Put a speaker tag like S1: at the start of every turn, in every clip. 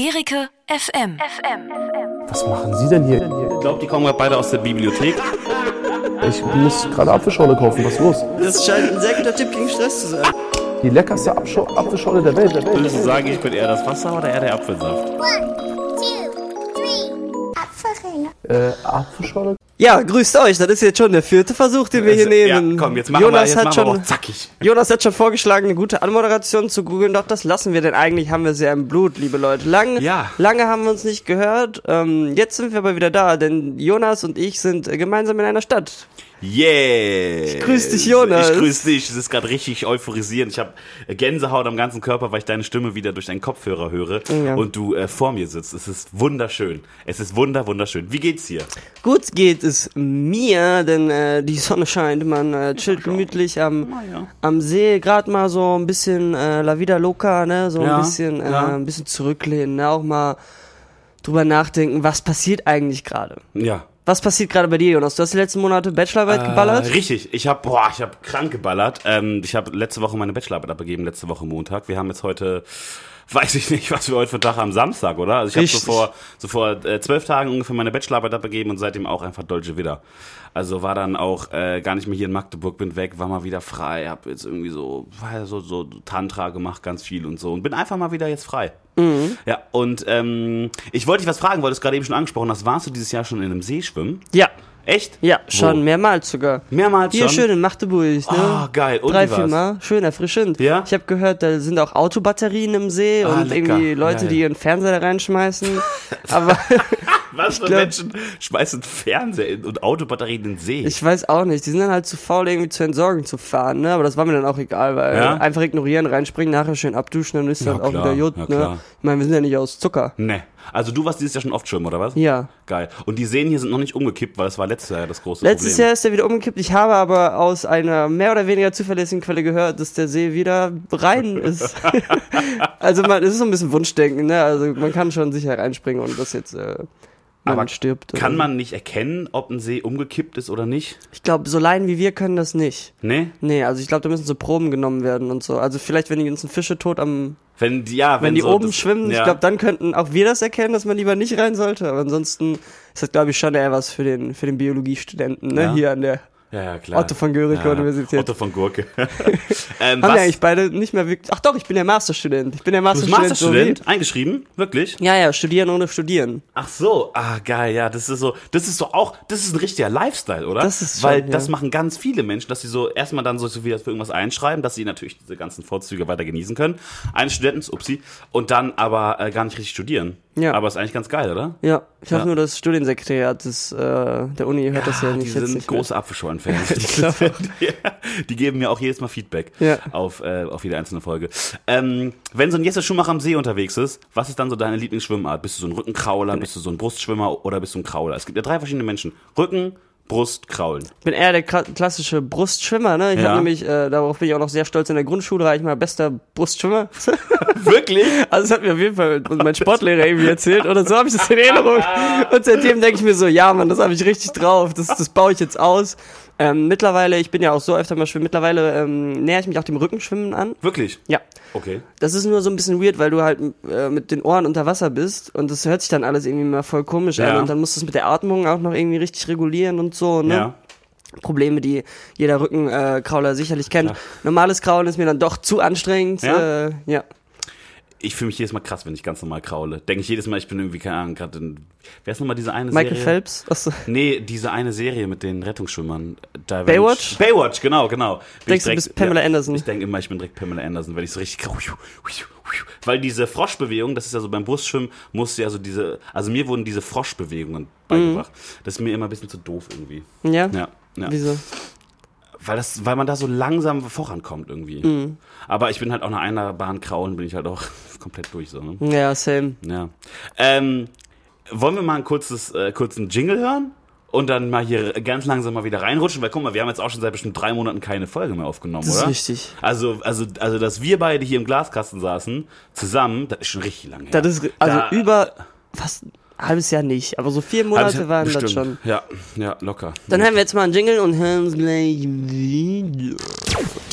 S1: Gericke FM.
S2: Was machen Sie denn hier?
S3: Ich glaube, die kommen gerade beide aus der Bibliothek.
S2: Ich muss gerade Apfelschorle kaufen. Was ist los?
S4: Das scheint ein sehr guter Tipp gegen Stress zu sein.
S2: Die leckerste Apscho Apfelschorle der Welt. Der
S3: Würdest du
S2: Welt.
S3: sagen, ich bin eher das Wasser oder eher der Apfelsaft?
S5: One, two, three. Apfelringe.
S2: Äh, Apfelschorle?
S4: Ja, grüßt euch. Das ist jetzt schon der vierte Versuch, den wir hier nehmen.
S3: Also, Ja, komm, jetzt machen
S4: Jonas
S3: wir, jetzt
S4: hat
S3: machen wir
S4: schon,
S3: auch zackig.
S4: Jonas hat schon vorgeschlagen, eine gute Anmoderation zu googeln. Doch, das lassen wir, denn eigentlich haben wir sie ja im Blut, liebe Leute. Lang,
S3: Ja.
S4: Lange haben wir uns nicht gehört. Ähm, jetzt sind wir aber wieder da, denn Jonas und ich sind äh, gemeinsam in einer Stadt.
S3: Yeah! Ich
S4: grüß dich, Jonas.
S3: Ich grüß dich. Es ist gerade richtig euphorisierend. Ich habe Gänsehaut am ganzen Körper, weil ich deine Stimme wieder durch deinen Kopfhörer höre
S4: Ja.
S3: und du äh, vor mir sitzt. Es ist wunderschön. Es ist wunder, wunderschön. Wie geht's hier?
S4: Gut geht es mir, denn äh, die Sonne scheint, man äh, chillt gemütlich am, am See, gerade mal so ein bisschen äh, La Vida Loca, ne? so
S3: Ja,
S4: ein bisschen äh,
S3: ja.
S4: ein bisschen zurücklehnen, ne? auch mal drüber nachdenken, was passiert eigentlich gerade?
S3: Ja.
S4: Was passiert gerade bei dir, Jonas? Du hast die letzten Monate Bachelorarbeit geballert?
S3: Äh, richtig. Ich habe, boah, ich habe krank geballert. Ähm, ich habe letzte Woche meine Bachelorarbeit abgegeben, letzte Woche Montag. Wir haben jetzt heute, weiß ich nicht, was wir heute für einen Tag haben, Samstag, oder? Also ich habe
S4: Richtig.
S3: so vor, so vor äh, zwölf Tagen ungefähr meine Bachelorarbeit abgegeben und seitdem auch einfach Dolce wieder. Also war dann auch äh, gar nicht mehr hier in Magdeburg, bin weg, war mal wieder frei, habe jetzt irgendwie so, war ja so, so Tantra gemacht, ganz viel und so und bin einfach mal wieder jetzt frei.
S4: Mhm.
S3: Ja, und ähm, ich wollte dich was fragen, weil du es gerade eben schon angesprochen hast. Warst du dieses Jahr schon in einem See schwimmen?
S4: Ja.
S3: Echt?
S4: Ja, schon
S3: Wo?
S4: mehrmals sogar.
S3: Mehrmals
S4: Hier
S3: schon?
S4: schön in Magdeburg, ne?
S3: Ah, geil. Und
S4: Drei,
S3: wie
S4: vier
S3: war's?
S4: Mal. Schön erfrischend.
S3: Ja?
S4: Ich habe gehört, da sind auch Autobatterien im See
S3: Ah,
S4: und
S3: lecker.
S4: irgendwie Leute,
S3: Geil.
S4: die ihren Fernseher da reinschmeißen. Aber
S3: Was für
S4: glaub-
S3: Menschen schmeißen Fernseher in- und Autobatterien in den See?
S4: ich weiß auch nicht. Die sind dann halt zu faul, irgendwie zu entsorgen zu fahren, ne? Aber das war mir dann auch egal, weil
S3: Ja?
S4: einfach ignorieren, reinspringen, nachher schön abduschen, dann ist
S3: Ja,
S4: halt auch
S3: klar.
S4: wieder Jod,
S3: Ja,
S4: ne?
S3: klar.
S4: Ich meine, wir sind ja nicht aus Zucker.
S3: ne. Also du warst dieses Jahr schon oft schwimmen, oder was?
S4: Ja.
S3: Geil. Und die Seen hier sind noch nicht umgekippt, weil das war letztes Jahr das große
S4: Letztes
S3: Problem.
S4: Jahr ist er wieder umgekippt. Ich habe aber aus einer mehr oder weniger zuverlässigen Quelle gehört, dass der See wieder rein ist. also man, es ist so ein bisschen Wunschdenken, ne? Also man kann schon sicher reinspringen und das jetzt äh, wenn man stirbt.
S3: Kann
S4: oder-
S3: man nicht erkennen, ob ein See umgekippt ist oder nicht?
S4: Ich glaube, so Laien wie wir können das nicht.
S3: Ne?
S4: Nee, also ich glaube, da müssen so Proben genommen werden und so. Also vielleicht, wenn die ganzen Fische tot am,
S3: Wenn, die- ja, wenn,
S4: wenn, die
S3: so
S4: oben
S3: das,
S4: schwimmen,
S3: ja.
S4: ich glaube, dann könnten auch wir das erkennen, dass man lieber nicht rein sollte. Aber ansonsten ist das, glaube ich, schon eher was für den, für den Biologiestudenten, ne?
S3: Ja.
S4: Hier an der
S3: Ja, ja, klar.
S4: Otto von Guericke Universität.
S3: Otto von Gurke. ähm,
S4: Haben wir
S3: was?
S4: eigentlich beide nicht mehr wirklich. Ach doch, ich bin der Masterstudent. Ich bin der
S3: Du bist
S4: Masterstudent.
S3: Masterstudent? Eingeschrieben? Wirklich?
S4: So wie- ja, ja, studieren ohne studieren.
S3: Ach so, ah geil, ja, das ist so, das ist so auch, das ist ein richtiger Lifestyle, oder?
S4: Das ist
S3: Weil
S4: schon, ja.
S3: das machen ganz viele Menschen, dass sie so erstmal dann so, so wieder für irgendwas einschreiben, dass sie natürlich diese ganzen Vorzüge weiter genießen können. Eines Studenten, upsi, und dann aber äh, gar nicht richtig studieren.
S4: Ja.
S3: Aber ist eigentlich ganz geil, oder?
S4: Ja, ich hoffe
S3: Ja.
S4: nur, das Studiensekretariat des, äh, der Uni hört das ja
S3: Ah,
S4: nicht.
S3: die
S4: jetzt
S3: sind
S4: nicht
S3: große Apfelschorlen-Fans.
S4: Ich glaub auch.
S3: die, die geben mir auch jedes Mal Feedback
S4: Ja.
S3: auf, äh, auf jede einzelne Folge. Ähm, wenn so ein Jesse Schumacher am See unterwegs ist, was ist dann so deine Lieblingsschwimmart? Bist du so ein Rückenkrauler, bist du so ein Brustschwimmer oder bist du ein Krauler? Es gibt ja drei verschiedene Menschen. Rücken, Brust, Kraulen.
S4: Ich bin eher der kla- klassische Brustschwimmer, ne? Ich
S3: Ja.
S4: habe nämlich, äh, darauf bin ich auch noch sehr stolz, in der Grundschule war ich mal bester Brustschwimmer.
S3: Wirklich?
S4: also das hat mir auf jeden Fall mein Sportlehrer irgendwie erzählt oder so habe ich das in Erinnerung. Und seitdem denke ich mir so, ja Mann, das habe ich richtig drauf, das, das baue ich jetzt aus. Ähm, mittlerweile, ich bin ja auch so öfter mal schwimmen, mittlerweile ähm, näher ich mich auch dem Rückenschwimmen an.
S3: Wirklich?
S4: Ja,
S3: Okay.
S4: Das ist nur so ein bisschen weird, weil du halt äh, mit den Ohren unter Wasser bist und das hört sich dann alles irgendwie mal voll komisch
S3: Ja.
S4: an und dann musst du es mit der Atmung auch noch irgendwie richtig regulieren und so, ne?
S3: Ja.
S4: Probleme, die jeder Rückenkrauler äh, Krauler sicherlich kennt. Normales Kraulen ist mir dann doch zu anstrengend.
S3: Ja?
S4: Ja. Äh, ja.
S3: Ich fühle mich jedes Mal krass, wenn ich ganz normal kraule. Denke ich jedes Mal, ich bin irgendwie, keine Ahnung, gerade in. Wer ist nochmal diese eine
S4: Michael
S3: Serie?
S4: Phelps. Achso.
S3: Nee, diese eine Serie mit den Rettungsschwimmern. Da
S4: Baywatch?
S3: Ich, Baywatch, genau, genau. Bin
S4: Denkst du,
S3: ich
S4: bist Pamela Anderson?
S3: Ich denke immer, ich bin direkt Pamela Anderson, weil ich so richtig. Weil diese Froschbewegung, das ist ja so beim Brustschwimmen, musst du ja so diese. Also mir wurden diese Froschbewegungen beigebracht. Das ist mir immer ein bisschen zu doof irgendwie.
S4: Mhm. Ja?
S3: Ja. ja.
S4: Wieso?
S3: Weil, das, weil man da so langsam vorankommt irgendwie.
S4: Mhm.
S3: Aber ich bin halt auch nach einer Bahn kraulen, bin ich halt auch komplett durch so. Ne?
S4: Ja, same.
S3: Ja. Ähm, wollen wir mal ein kurzes, äh, kurzen Jingle hören? Und dann mal hier ganz langsam mal wieder reinrutschen, weil guck mal, wir haben jetzt auch schon seit bestimmt drei Monaten keine Folge mehr aufgenommen,
S4: Das ist
S3: oder?
S4: richtig.
S3: Also, also, also, dass wir beide hier im Glaskasten saßen, zusammen, das ist schon richtig lange her.
S4: Das ist, also
S3: Da-
S4: über fast halbes Jahr nicht, aber so vier
S3: Halbes
S4: Monate
S3: Jahr-
S4: waren
S3: bestimmt.
S4: das schon.
S3: Ja, ja, locker.
S4: Dann haben wir jetzt mal einen Jingle und hören uns gleich wieder.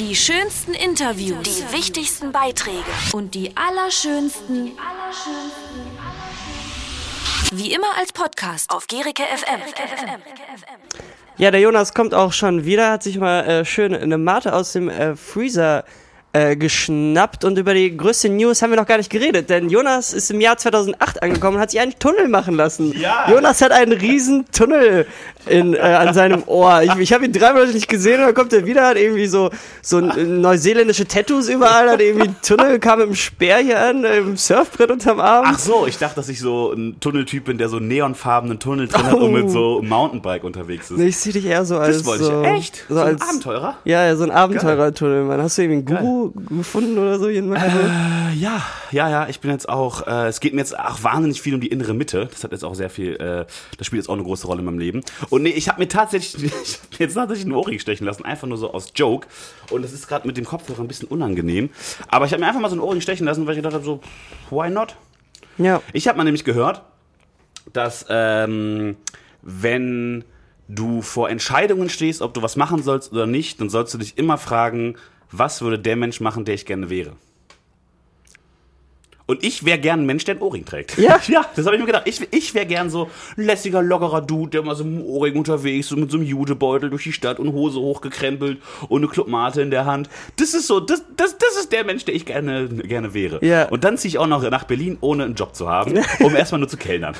S1: Die schönsten Interviews, die wichtigsten Beiträge und die allerschönsten. Wie immer als Podcast auf Gerike FM.
S4: Ja, der Jonas kommt auch schon wieder, hat sich mal äh, schön eine Mate aus dem äh, Freezer äh, geschnappt und über die größte News haben wir noch gar nicht geredet, denn Jonas ist im Jahr 2008 angekommen und hat sich einen Tunnel machen lassen. Ja. Jonas hat einen riesen Tunnel in, äh, an seinem Ohr. Ich, ich habe ihn dreimal nicht gesehen und dann kommt er wieder, hat irgendwie so, so ein, äh, neuseeländische Tattoos überall, hat irgendwie einen Tunnel, kam im Speer hier an, äh, im Surfbrett unterm Arm.
S3: Ach so, ich dachte, dass ich so ein Tunneltyp bin, der so neonfarbenen Tunnel drin hat und
S4: Oh.
S3: mit so Mountainbike unterwegs ist.
S4: Nee, Ich sehe dich eher so als.
S3: das wollte
S4: so,
S3: ich. Echt?
S4: So,
S3: So ein
S4: als
S3: Abenteurer?
S4: Ja, ja, so ein Abenteurertunnel, Mann. Hast du irgendwie einen Guru gefunden oder so? Hier in Magdeburg?
S3: Äh, Ja, ja, ja, ich bin jetzt auch, äh, es geht mir jetzt auch wahnsinnig viel um die innere Mitte. Das hat jetzt auch sehr viel, äh, das spielt jetzt auch eine große Rolle in meinem Leben. Und nee, ich habe mir tatsächlich, ich hab mir jetzt tatsächlich einen Ohrring stechen lassen, einfach nur so aus Joke. Und das ist gerade mit dem Kopfhörer ein bisschen unangenehm. Aber ich habe mir einfach mal so einen Ohrring stechen lassen, weil ich gedacht habe, so, pff, why not?
S4: ja.
S3: Ich habe mal nämlich gehört, dass ähm, wenn du vor Entscheidungen stehst, ob du was machen sollst oder nicht, dann sollst du dich immer fragen, was würde der Mensch machen, der ich gerne wäre. Und ich wäre gern ein Mensch, der einen Ohrring trägt.
S4: Ja?
S3: ja das habe ich mir gedacht. Ich, ich wäre gern so ein lässiger, lockerer Dude, der mal so mit einem Ohrring unterwegs ist, und mit so einem Judebeutel durch die Stadt und Hose hochgekrempelt und eine Clubmate in der Hand. Das ist so, das, das, das ist der Mensch, der ich gerne, gerne wäre.
S4: Ja.
S3: Und dann ziehe ich auch noch nach Berlin, ohne einen Job zu haben, um erstmal nur zu kellnern.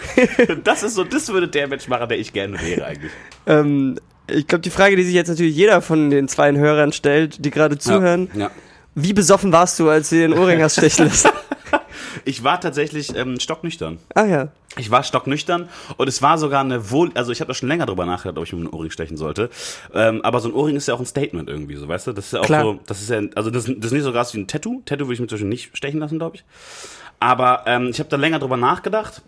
S3: Das ist so, das würde der Mensch machen, der ich gerne wäre eigentlich.
S4: Ähm, ich glaube, die Frage, die sich jetzt natürlich jeder von den zwei Hörern stellt, die gerade zuhören:
S3: Ja.
S4: Wie besoffen warst du, als du dir den Ohrring hast stechen lassen?
S3: Ich war tatsächlich ähm, stocknüchtern.
S4: ah ja.
S3: Ich war stocknüchtern und es war sogar eine wohl, also ich habe da schon länger drüber nachgedacht, ob ich mir einen Ohrring stechen sollte. Ähm, aber so ein Ohrring ist ja auch ein Statement irgendwie, so weißt du? Das ist ja auch
S4: Klar.
S3: so, das ist ja, also das, das ist nicht so krass wie ein Tattoo. Tattoo würde ich mir zwischen nicht stechen lassen, glaube ich. Aber ähm, ich habe da länger drüber nachgedacht.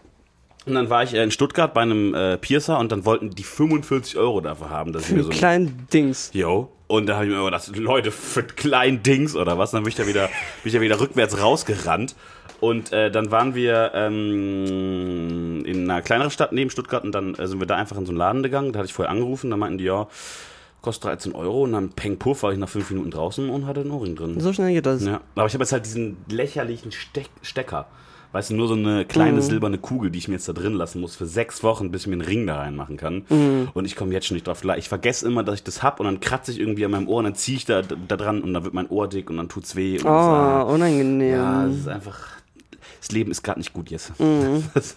S3: Und dann war ich äh, in Stuttgart bei einem äh, Piercer und dann wollten die 45 Euro dafür haben, dass ich mir so
S4: Mit
S3: einen
S4: kleinen Dings.
S3: Jo. Und da habe ich mir immer gedacht, Leute, für klein Dings oder was? Dann bin ich da wieder, bin ich da wieder rückwärts rausgerannt. Und äh, dann waren wir ähm, in einer kleineren Stadt neben Stuttgart und dann äh, sind wir da einfach in so einen Laden gegangen. Da hatte ich vorher angerufen, da meinten die, ja, kostet 13 Euro. Und dann peng puff war ich nach fünf Minuten draußen und hatte einen Ohrring drin.
S4: So schnell geht das.
S3: Ja, aber ich habe jetzt halt diesen lächerlichen Steck Stecker. Weißt du, nur so eine kleine
S4: Mhm.
S3: silberne Kugel, die ich mir jetzt da drin lassen muss für sechs Wochen, bis ich mir einen Ring da reinmachen kann.
S4: Mhm.
S3: Und ich komme jetzt schon nicht drauf klar. Ich vergesse immer, dass ich das hab und dann kratze ich irgendwie an meinem Ohr und dann ziehe ich da, da dran und dann wird mein Ohr dick und dann tut's weh. Und
S4: Oh,
S3: das,
S4: unangenehm.
S3: ja, es ist einfach. Das Leben ist gerade nicht gut jetzt.
S4: Mhm. Was,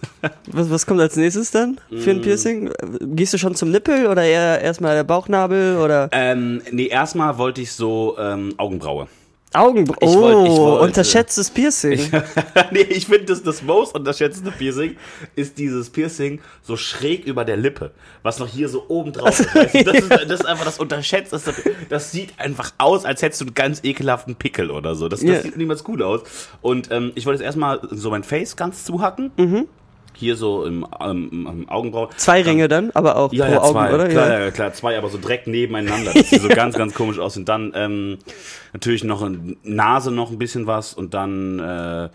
S4: was kommt als nächstes dann für ein Piercing? Gehst du schon zum Nippel oder eher erstmal der Bauchnabel oder
S3: ähm, nee, erstmal wollte ich so ähm, Augenbraue.
S4: Augenbrauen?
S3: ich
S4: Oh,
S3: wollt- ich wollte-
S4: unterschätztes Piercing.
S3: nee, ich finde, das, das most unterschätzte Piercing ist dieses Piercing so schräg über der Lippe, was noch hier so oben drauf ist. weißt du? Das ist. Das ist einfach das unterschätzteste. Das sieht einfach aus, als hättest du einen ganz ekelhaften Pickel oder so. Das, das
S4: Ja.
S3: sieht niemals gut aus. Und ähm, ich wollte jetzt erstmal so mein Face ganz zuhacken. Hier so im, im, im Augenbrauen.
S4: Mhm. Zwei Ringe dann, aber auch
S3: Ja,
S4: pro
S3: ja,
S4: Augen,
S3: zwei.
S4: oder?
S3: Klar, ja. klar, zwei, aber so direkt nebeneinander, dass die so ganz, ganz komisch aus. Und dann ähm, natürlich noch in Nase noch ein bisschen was und dann äh,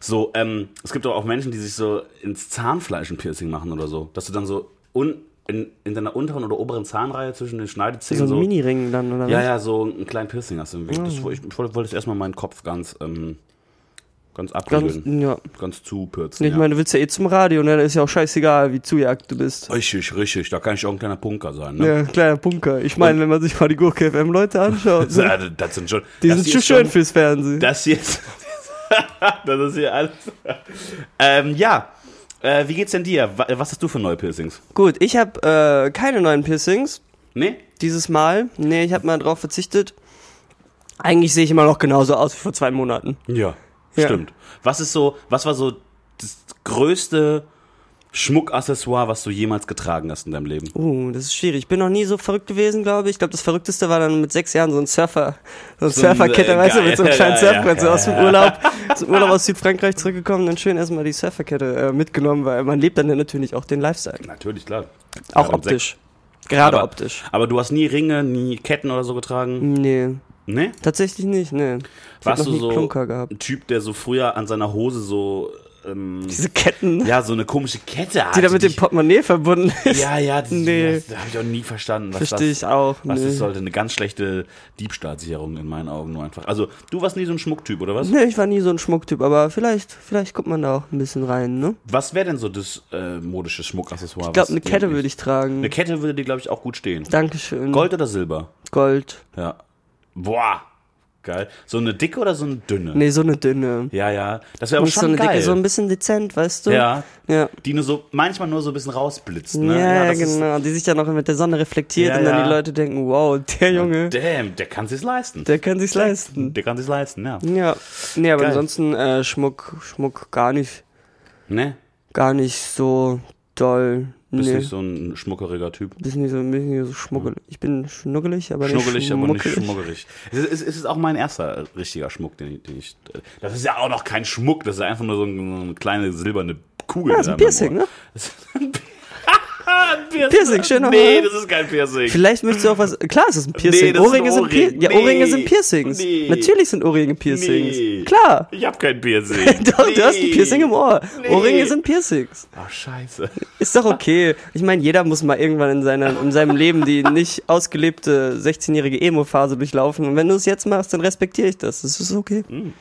S3: so, ähm, es gibt aber auch Menschen, die sich so ins Zahnfleisch ein Piercing machen oder so, dass du dann so un, in, in deiner unteren oder oberen Zahnreihe zwischen den
S4: So
S3: Schneidezähnen
S4: ein ne? Ah.
S3: so,
S4: Mini-Ring dann, oder
S3: ja,
S4: was?
S3: ja, so einen kleinen Piercing hast du im Weg. Das, wollte ich ich wollte jetzt erstmal meinen Kopf ganz, ähm, ganz
S4: Ganz,
S3: abriegeln,
S4: ja.
S3: ganz zupürzen.
S4: Ich meine, du willst ja eh zum Radio, ne? Da ist ja auch scheißegal, wie zujagt du bist.
S3: Richtig, richtig, da kann ich auch ein kleiner Punker sein, ne?
S4: Ja, kleiner Bunker. Ich meine, wenn man sich mal die Gurke FM Leute anschaut, ne?
S3: Ja, Das sind schon.
S4: die
S3: das
S4: sind
S3: hier
S4: schon
S3: ist
S4: schön fürs Fernsehen.
S3: Das hier ist. das ist hier alles. ähm, ja. Äh, wie geht's denn dir? Wa- Was hast du für neue Piercings?
S4: Gut, ich habe äh, keine neuen Piercings
S3: Nee?
S4: dieses Mal. Nee, ich habe mal drauf verzichtet. Eigentlich sehe ich immer noch genauso aus wie vor zwei Monaten.
S3: Ja.
S4: Ja.
S3: Stimmt. Was ist so, was war so das größte Schmuckaccessoire, was du jemals getragen hast in deinem Leben?
S4: Uh, das ist schwierig. Ich bin noch nie so verrückt gewesen, glaube ich. Ich glaube, das Verrückteste war dann mit sechs Jahren so ein Surfer, so ein
S3: So ein,
S4: Surferkette,
S3: äh,
S4: weißt du,
S3: geil.
S4: mit so einem kleinen
S3: Ja, ja,
S4: Surfbrett, so aus dem Urlaub, aus dem Urlaub aus Südfrankreich zurückgekommen und dann schön erstmal die Surferkette äh, mitgenommen, weil man lebt dann ja natürlich auch den Lifestyle.
S3: Natürlich, klar.
S4: Auch
S3: Gerade mit
S4: optisch. Gerade
S3: Aber-
S4: optisch.
S3: Aber du hast nie Ringe, nie Ketten oder so getragen?
S4: Nee,
S3: Nee?
S4: tatsächlich nicht, nee. Ich hab
S3: Warst
S4: noch
S3: du
S4: nie
S3: so
S4: Klunker gehabt.
S3: ein Typ, der so früher an seiner Hose so ähm,
S4: Diese Ketten,
S3: ja, so eine komische Kette hat.
S4: die da mit dem Portemonnaie verbunden ist.
S3: Ja, ja, das,
S4: Nee.
S3: das, das habe ich auch nie verstanden. Was
S4: Verstehe
S3: das,
S4: ich auch,
S3: Was
S4: nee.
S3: das sollte, eine ganz schlechte Diebstahlsicherung in meinen Augen nur einfach. Also, du warst nie so ein Schmucktyp, oder was?
S4: Nee, ich war nie so ein Schmucktyp, aber vielleicht, vielleicht guckt man da auch ein bisschen rein, ne?
S3: Was wäre denn so das äh, modische Schmuckaccessoire?
S4: Ich glaube, eine Kette würde ich
S3: Eine
S4: tragen.
S3: Kette würde dir, glaube ich, auch gut stehen.
S4: Dankeschön.
S3: Gold oder Silber?
S4: Gold.
S3: Ja. Boah, geil. So eine dicke oder so eine dünne?
S4: Nee, so eine dünne.
S3: Ja, ja. Das wäre aber
S4: Nicht
S3: schon
S4: so eine
S3: geil.
S4: dicke, so ein bisschen dezent, weißt du?
S3: Ja.
S4: Ja.
S3: Die nur so, manchmal nur so ein bisschen rausblitzt,
S4: Ja,
S3: ne?
S4: ja,
S3: das ist-
S4: genau. Die sich dann auch mit der Sonne reflektiert
S3: Ja,
S4: und dann
S3: ja.
S4: die Leute denken, wow, der Junge,
S3: Damn, der kann sich's leisten.
S4: der kann sich's leisten.
S3: Der kann sich's leisten, ja.
S4: Ja. Nee, aber
S3: Geil.
S4: ansonsten äh, Schmuck, Schmuck gar nicht,
S3: Ne?
S4: gar nicht so doll.
S3: Bist
S4: nee.
S3: nicht so ein schmuckeriger Typ.
S4: Bist nicht so, bin nicht so schmuggelig. Ich bin schnuggelig, aber
S3: Schnuggelig,
S4: nicht
S3: aber nicht
S4: schmuckelig.
S3: schmuckerig. Es ist, es ist auch mein erster äh, richtiger Schmuck, den ich, den ich. äh, Das ist ja auch noch kein Schmuck, das ist einfach nur so ein- so eine kleine silberne Kugel.
S4: Ja, ist
S3: da
S4: ein
S3: in meinem
S4: Piercing,
S3: Ohr.
S4: ne?
S3: Das ist ein Pi- ein Piercing.
S4: Piercing, schön noch,
S3: Nee,
S4: oder?
S3: das ist kein Piercing.
S4: Vielleicht möchtest du auch was. Klar, es ist ein Piercing.
S3: Nee, das ist
S4: Ohrringe
S3: ein
S4: sind Pier
S3: Ohrring.
S4: Ja,
S3: Nee.
S4: Ohrringe sind Piercings.
S3: Nee.
S4: Natürlich sind Ohrringe Piercings.
S3: Nee.
S4: Klar.
S3: Ich hab kein Piercing.
S4: Doch, du hast ein
S3: Nee.
S4: Piercing im Ohr.
S3: Nee.
S4: Ohrringe sind Piercings.
S3: Ach, scheiße.
S4: Ist doch okay. Ich meine, jeder muss mal irgendwann in, seiner, in seinem Leben die nicht ausgelebte 16-jährige Emo-Phase durchlaufen. Und wenn du es jetzt machst, dann respektiere ich das. Das ist okay.
S3: Hm?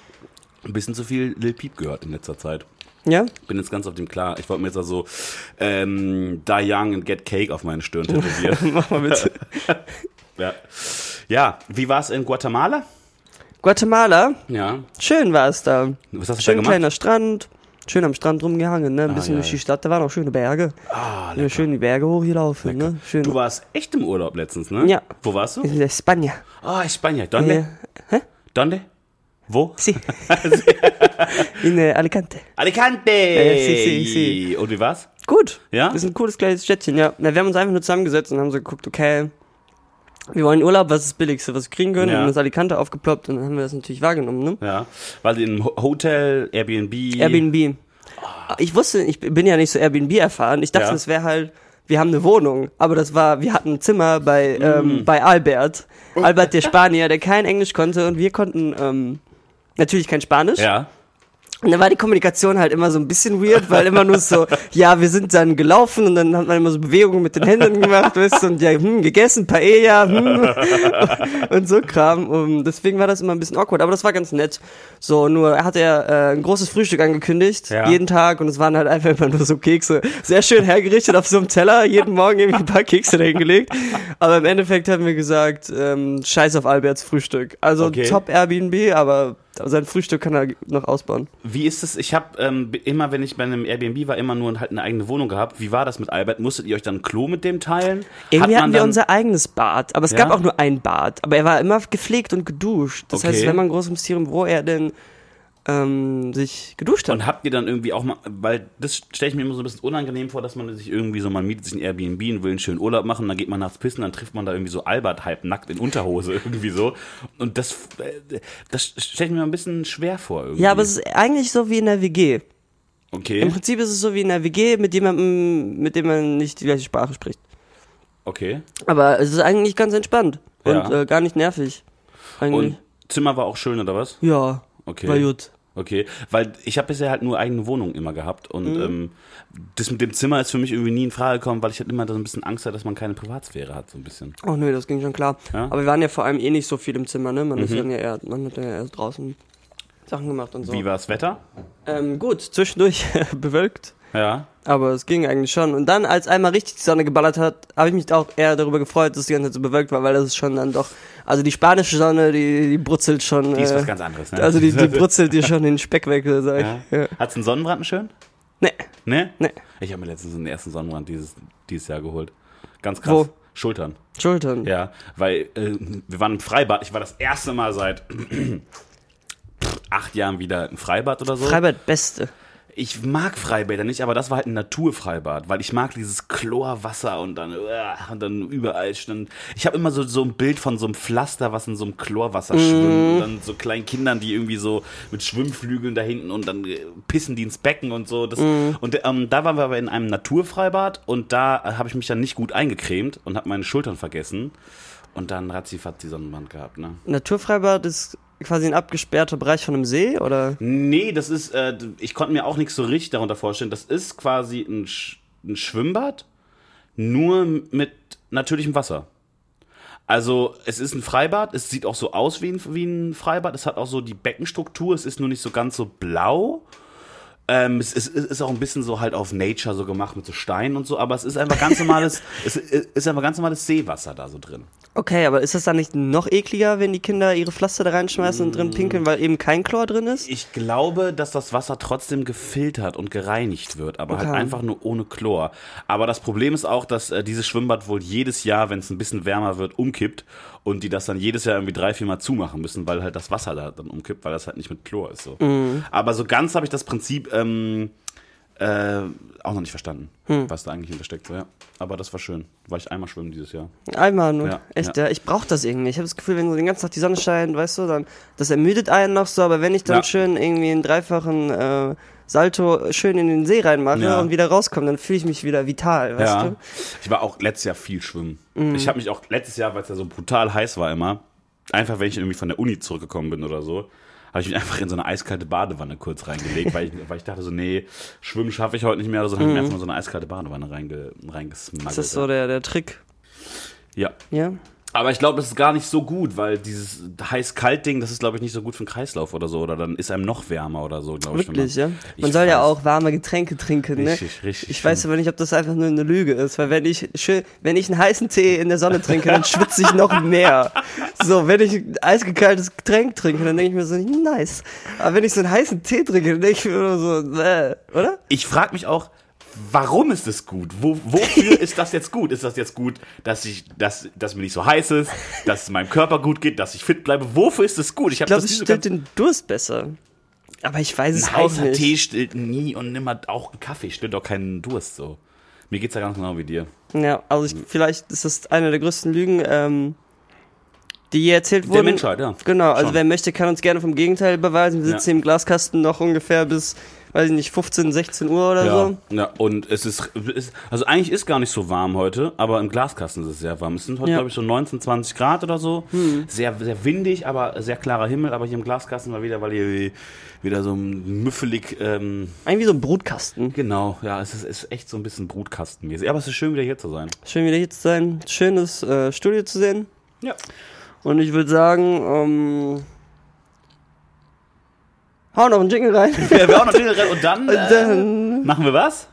S3: Ein bisschen zu viel Lil Peep gehört in letzter Zeit.
S4: Ja?
S3: Bin jetzt ganz auf dem klar. Ich wollte mir jetzt also ähm, Die Young and Get Cake auf meine Stirn tätowieren.
S4: Mach mal bitte.
S3: ja. ja, wie war es in Guatemala?
S4: Guatemala,
S3: Ja.
S4: schön war es da.
S3: Was hast du
S4: Schön
S3: da gemacht? Ah,
S4: kleiner Strand. Schön am Strand rumgehangen, ne? Ein bisschen
S3: ja,
S4: durch die
S3: ja.
S4: Stadt. Da waren auch schöne Berge.
S3: Ah,
S4: Ja, schön die Berge hochgelaufen, ne? Schön.
S3: Du warst echt im Urlaub letztens, ne?
S4: Ja.
S3: Wo warst du?
S4: In España.
S3: Ah, in Spanien. Donde?
S4: Ja.
S3: Donde? Wo?
S4: Sí. In äh, Alicante.
S3: Alicante!
S4: Äh, si, si, si.
S3: Und wie war's?
S4: Gut.
S3: Ja?
S4: Das ist ein cooles kleines Städtchen, ja. Na, wir haben uns einfach nur zusammengesetzt und haben so geguckt, okay, wir wollen Urlaub, was ist das Billigste, was wir kriegen können?
S3: Ja.
S4: Und dann ist Alicante aufgeploppt und dann haben wir das natürlich wahrgenommen, ne?
S3: Ja. War sie im Ho- Hotel, Airbnb?
S4: Airbnb. Ich wusste, ich bin ja nicht so Airbnb erfahren. Ich dachte,
S3: Ja.
S4: es wäre halt, wir haben eine Wohnung. Aber das war, wir hatten ein Zimmer bei,
S3: Mhm.
S4: ähm, bei Albert. Albert, der Spanier, der kein Englisch konnte und wir konnten, ähm, natürlich kein Spanisch.
S3: Ja.
S4: Und da war die Kommunikation halt immer so ein bisschen weird, weil immer nur so, ja, wir sind dann gelaufen und dann hat man immer so Bewegungen mit den Händen gemacht, weißt du, und ja, hm, gegessen, Paella, hm, und so Kram. Und deswegen war das immer ein bisschen awkward, aber das war ganz nett. So, nur hat er äh, ein großes Frühstück angekündigt,
S3: Ja.
S4: jeden Tag, und es waren halt einfach immer nur so Kekse. Sehr schön hergerichtet auf so einem Teller, jeden Morgen irgendwie ein paar Kekse dahingelegt. Aber im Endeffekt haben wir gesagt, ähm, scheiß auf Alberts Frühstück. Also
S3: Okay.
S4: top Airbnb, aber sein Frühstück kann er noch ausbauen.
S3: Wie ist es? Ich habe ähm, immer, wenn ich bei einem Airbnb war, immer nur halt eine eigene Wohnung gehabt. Wie war das mit Albert? Musstet ihr euch dann ein Klo mit dem teilen?
S4: Irgendwie
S3: Hat man
S4: hatten wir
S3: dann-
S4: unser eigenes Bad, aber es
S3: Ja?
S4: gab auch nur ein Bad. Aber er war immer gepflegt und geduscht. Das
S3: Okay.
S4: heißt, wenn man groß Mysterium, wo er denn ähm, sich geduscht hat.
S3: Und habt ihr dann irgendwie auch mal, weil das stelle ich mir immer so ein bisschen unangenehm vor, dass man sich irgendwie so, man mietet sich ein Airbnb und will einen schönen Urlaub machen, dann geht man nachts pissen, dann trifft man da irgendwie so Albert halb nackt in Unterhose irgendwie so. Und das, äh, das stelle ich mir mal ein bisschen schwer vor irgendwie.
S4: Ja, aber es ist eigentlich so wie in der WG. Im
S3: Okay,
S4: Prinzip ist es so wie in der WG mit jemandem, mit dem man nicht die gleiche Sprache spricht.
S3: okay.
S4: Aber es ist eigentlich ganz entspannt und
S3: Ja.
S4: äh, gar nicht nervig. Eigentlich.
S3: Und Zimmer war auch schön oder was?
S4: ja,
S3: Okay.
S4: war gut.
S3: Okay, weil ich habe bisher halt nur eigene Wohnung immer gehabt
S4: Mhm.
S3: und ähm, das mit dem Zimmer ist für mich irgendwie nie in Frage gekommen, weil ich halt immer so ein bisschen Angst hatte, dass man keine Privatsphäre hat, so ein bisschen.
S4: Oh nö, das ging schon klar.
S3: Ja? Mhm.
S4: Aber wir waren ja vor allem eh nicht so viel im Zimmer, ne? Man, ist dann ja eher, man hat ja erst draußen Sachen gemacht und so.
S3: Wie war das Wetter?
S4: Ähm, gut, zwischendurch bewölkt,
S3: Ja.
S4: aber es ging eigentlich schon. Und dann, als einmal richtig die Sonne geballert hat, habe ich mich auch eher darüber gefreut, dass die ganze Zeit so bewölkt war, weil das ist schon dann doch, also die spanische Sonne, die, die brutzelt schon.
S3: Die ist
S4: äh,
S3: was ganz anderes, ne?
S4: Also die, die brutzelt dir schon den Speck weg, sag ich.
S3: Ja.
S4: Ja.
S3: Hat's einen Sonnenbrand schön?
S4: Nee,
S3: Ne?
S4: Nee.
S3: Ich habe mir letztens den ersten Sonnenbrand dieses, dieses Jahr geholt. Ganz krass.
S4: Wo?
S3: Schultern.
S4: Schultern.
S3: Ja, weil äh, wir waren im Freibad. Ich war das erste Mal seit acht Jahren wieder im Freibad oder so.
S4: Freibad Beste.
S3: ich mag Freibäder nicht, aber das war halt ein Naturfreibad, weil ich mag dieses Chlorwasser und dann, uah, und dann überall stand. Ich habe immer so, so ein Bild von so einem Pflaster, was in so einem Chlorwasser schwimmt. Und dann so kleinen Kindern, die irgendwie so mit Schwimmflügeln da hinten und dann äh, pissen die ins Becken und so. Das, Und ähm, da waren wir aber in einem Naturfreibad und da habe ich mich dann nicht gut eingecremt und habe meine Schultern vergessen. Und dann hat sie Sonnenbrand gehabt, ne?
S4: Naturfreibad ist quasi ein abgesperrter Bereich von einem See oder?
S3: Nee, das ist, äh, ich konnte mir auch nichts so richtig darunter vorstellen. Das ist quasi ein, Sch ein Schwimmbad, nur mit natürlichem Wasser. Also es ist ein Freibad, es sieht auch so aus wie ein, wie ein Freibad, es hat auch so die Beckenstruktur, es ist nur nicht so ganz so blau. Ähm, es, ist, es ist auch ein bisschen so halt auf Nature so gemacht mit so Steinen und so, aber es ist einfach ganz normales, es ist einfach ganz normales Seewasser da so drin.
S4: Okay, aber ist das dann nicht noch ekliger, wenn die Kinder ihre Pflaster da reinschmeißen und drin pinkeln, weil eben kein Chlor drin ist?
S3: Ich glaube, dass das Wasser trotzdem gefiltert und gereinigt wird, aber halt
S4: Okay.
S3: einfach nur ohne Chlor. Aber das Problem ist auch, dass äh, dieses Schwimmbad wohl jedes Jahr, wenn es ein bisschen wärmer wird, umkippt und die das dann jedes Jahr irgendwie drei, vier Mal zumachen müssen, weil halt das Wasser da dann umkippt, weil das halt nicht mit Chlor ist. So. Aber so ganz habe ich das Prinzip ähm, äh, auch noch nicht verstanden, was da eigentlich hintersteckt. So, ja. Aber das war schön. War ich einmal schwimmen dieses Jahr.
S4: Einmal nur.
S3: Ja,
S4: Echt,
S3: ja.
S4: ja. Ich brauche das irgendwie. Ich habe das Gefühl, wenn so den ganzen Tag die Sonne scheint, weißt du, dann das ermüdet einen noch so, aber wenn ich dann
S3: Ja.
S4: schön irgendwie einen dreifachen äh, Salto schön in den See reinmache
S3: Ja.
S4: und wieder rauskomme, dann fühle ich mich wieder vital, weißt
S3: Ja.
S4: du?
S3: Ich war auch letztes Jahr viel schwimmen. Ich habe mich auch letztes Jahr, weil es ja so brutal heiß war immer, einfach wenn ich irgendwie von der Uni zurückgekommen bin oder so, habe ich mich einfach in so eine eiskalte Badewanne kurz reingelegt, weil ich, weil ich dachte so, nee, schwimmen schaffe ich heute nicht mehr oder so, dann habe ich mir einfach mal so eine eiskalte Badewanne reinge, reingesmuggelt.
S4: Mhm. Das ist so der, der Trick.
S3: ja.
S4: Ja.
S3: Aber ich glaube, das ist gar nicht so gut, weil dieses heiß-kalt-Ding, das ist, glaube ich, nicht so gut für den Kreislauf oder so. Oder dann ist einem noch wärmer oder so, glaube ich. wenn
S4: Wirklich, ja.
S3: Ich
S4: Man soll ja
S3: weiß.
S4: auch warme Getränke trinken, ne?
S3: Richtig, richtig
S4: Ich weiß aber nicht, ob das einfach nur eine Lüge ist, weil wenn ich schön, wenn ich einen heißen Tee in der Sonne trinke, dann schwitze ich noch mehr. So, wenn ich ein eisgekaltes Getränk trinke, dann denke ich mir so, nice. Aber wenn ich so einen heißen Tee trinke, dann denke ich mir nur so, äh, oder?
S3: ich frage mich auch, warum ist es gut? Wo, wofür ist das jetzt gut? Ist das jetzt gut, dass ich, dass, dass mir nicht so heiß ist, dass es meinem Körper gut geht, dass ich fit bleibe? Wofür ist es gut? Ich
S4: Ich
S3: habe
S4: glaube,
S3: das nie
S4: es
S3: so
S4: stillt
S3: ganz,
S4: den Durst besser. Aber ich weiß es
S3: ein
S4: auch
S3: heißer
S4: nicht.
S3: Tee stillt nie und nimmer auch ein Kaffee stillt doch keinen Durst so. Mir geht's ja ganz genau wie dir.
S4: Ja, also ich, vielleicht ist das eine der größten Lügen, ähm, die je erzählt wurden.
S3: Menschheit, ja.
S4: Genau, also
S3: Schon.
S4: wer möchte, kann uns gerne vom Gegenteil beweisen. Wir sitzen
S3: Ja.
S4: im Glaskasten noch ungefähr bis, weiß ich nicht, 15, 16 Uhr oder so.
S3: Ja, ja, und es ist, ist, also eigentlich ist gar nicht so warm heute, aber im Glaskasten ist es sehr warm. Es sind heute,
S4: Ja. Hm.
S3: glaube ich, so 19, 20 Grad oder so. Sehr, sehr windig, aber sehr klarer Himmel. Aber hier im Glaskasten war wieder, weil hier wieder so müffelig, ähm,
S4: Eigentlich so ein Brutkasten.
S3: Genau, ja, es ist, ist echt so ein bisschen brutkastenmäßig. Aber es ist schön, wieder hier zu sein.
S4: Schön wieder hier zu sein, schönes äh, Studio zu sehen.
S3: Ja.
S4: Und ich würde sagen, ähm, hau noch einen Jingle rein.
S3: Wir haben auch noch Jingle und dann, äh,
S4: Dann-
S3: machen wir was?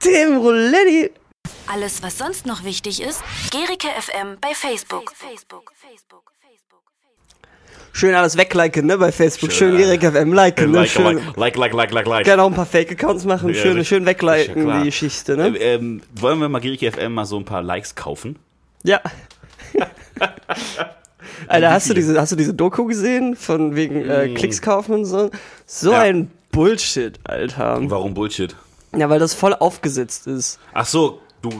S4: Themen Roulette.
S1: Alles, was sonst noch wichtig ist, Gericke FM bei Facebook.
S4: Schön alles wegliken, ne, bei Facebook. Schön,
S3: Schön,
S4: Erik FM liken, ne,
S3: Like,
S4: schön.
S3: like, like, like, like, like, like.
S4: Gerne auch ein paar Fake-Accounts machen,
S3: Ja,
S4: schön,
S3: richtig.
S4: schön
S3: Ist ja
S4: wegliken
S3: klar.
S4: die Geschichte, ne?
S3: Ähm, wollen wir mal Geriki FM mal so ein paar Likes kaufen?
S4: Ja. Alter, hast du,
S3: viele?
S4: diese, hast du diese Doku gesehen? Von wegen äh, Klicks kaufen und so? So
S3: Mm. Ja.
S4: ein Bullshit, Alter.
S3: Warum Bullshit?
S4: Ja, weil das voll aufgesetzt ist.
S3: Ach so, du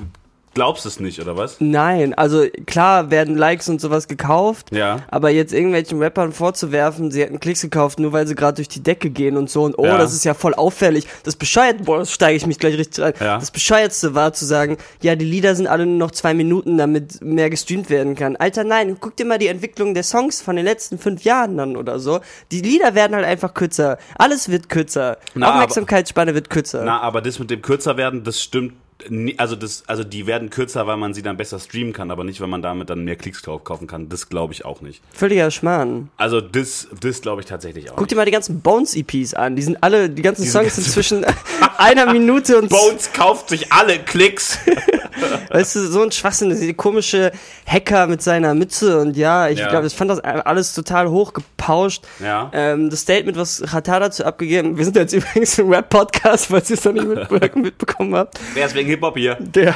S3: glaubst es nicht, oder was?
S4: Nein, also klar werden Likes und sowas gekauft,
S3: Ja.
S4: aber jetzt irgendwelchen Rappern vorzuwerfen, sie hätten Klicks gekauft, nur weil sie gerade durch die Decke gehen und so und oh,
S3: Ja.
S4: das ist ja voll auffällig. Das bescheuert, boah, das steige ich mich gleich richtig rein.
S3: Ja.
S4: Das bescheuertste war zu sagen, ja, die Lieder sind alle nur noch zwei Minuten, damit mehr gestreamt werden kann. Alter, nein, guck dir mal die Entwicklung der Songs von den letzten fünf Jahren an oder so. Die Lieder werden halt einfach kürzer. Alles wird kürzer.
S3: Na, aber-
S4: Aufmerksamkeitsspanne wird kürzer.
S3: Na, aber das mit dem kürzer werden, das stimmt. nie- Also, das, also die werden kürzer, weil man sie dann besser streamen kann, aber nicht, weil man damit dann mehr Klicks kau- kaufen kann. Das glaube ich auch nicht.
S4: Völliger Schmarrn.
S3: Also das, das glaube ich tatsächlich auch
S4: Guck
S3: nicht.
S4: dir mal die ganzen Bones-EPs an. Die sind alle, die ganzen Songs
S3: ganzen-
S4: sind zwischen einer Minute und
S3: Bones kauft sich alle Klicks.
S4: weißt du, so ein Schwachsinn, diese komische Hacker mit seiner Mütze und ja, ich
S3: Ja.
S4: glaube, ich fand das alles total hochgepauscht.
S3: Ja.
S4: Ähm, das Statement, was Hatar dazu abgegeben, wir sind jetzt übrigens ein Rap-Podcast, falls ihr es noch nicht mitbe mitbekommen habt.
S3: Wer ist wegen Hip-Hop hier?
S4: Der.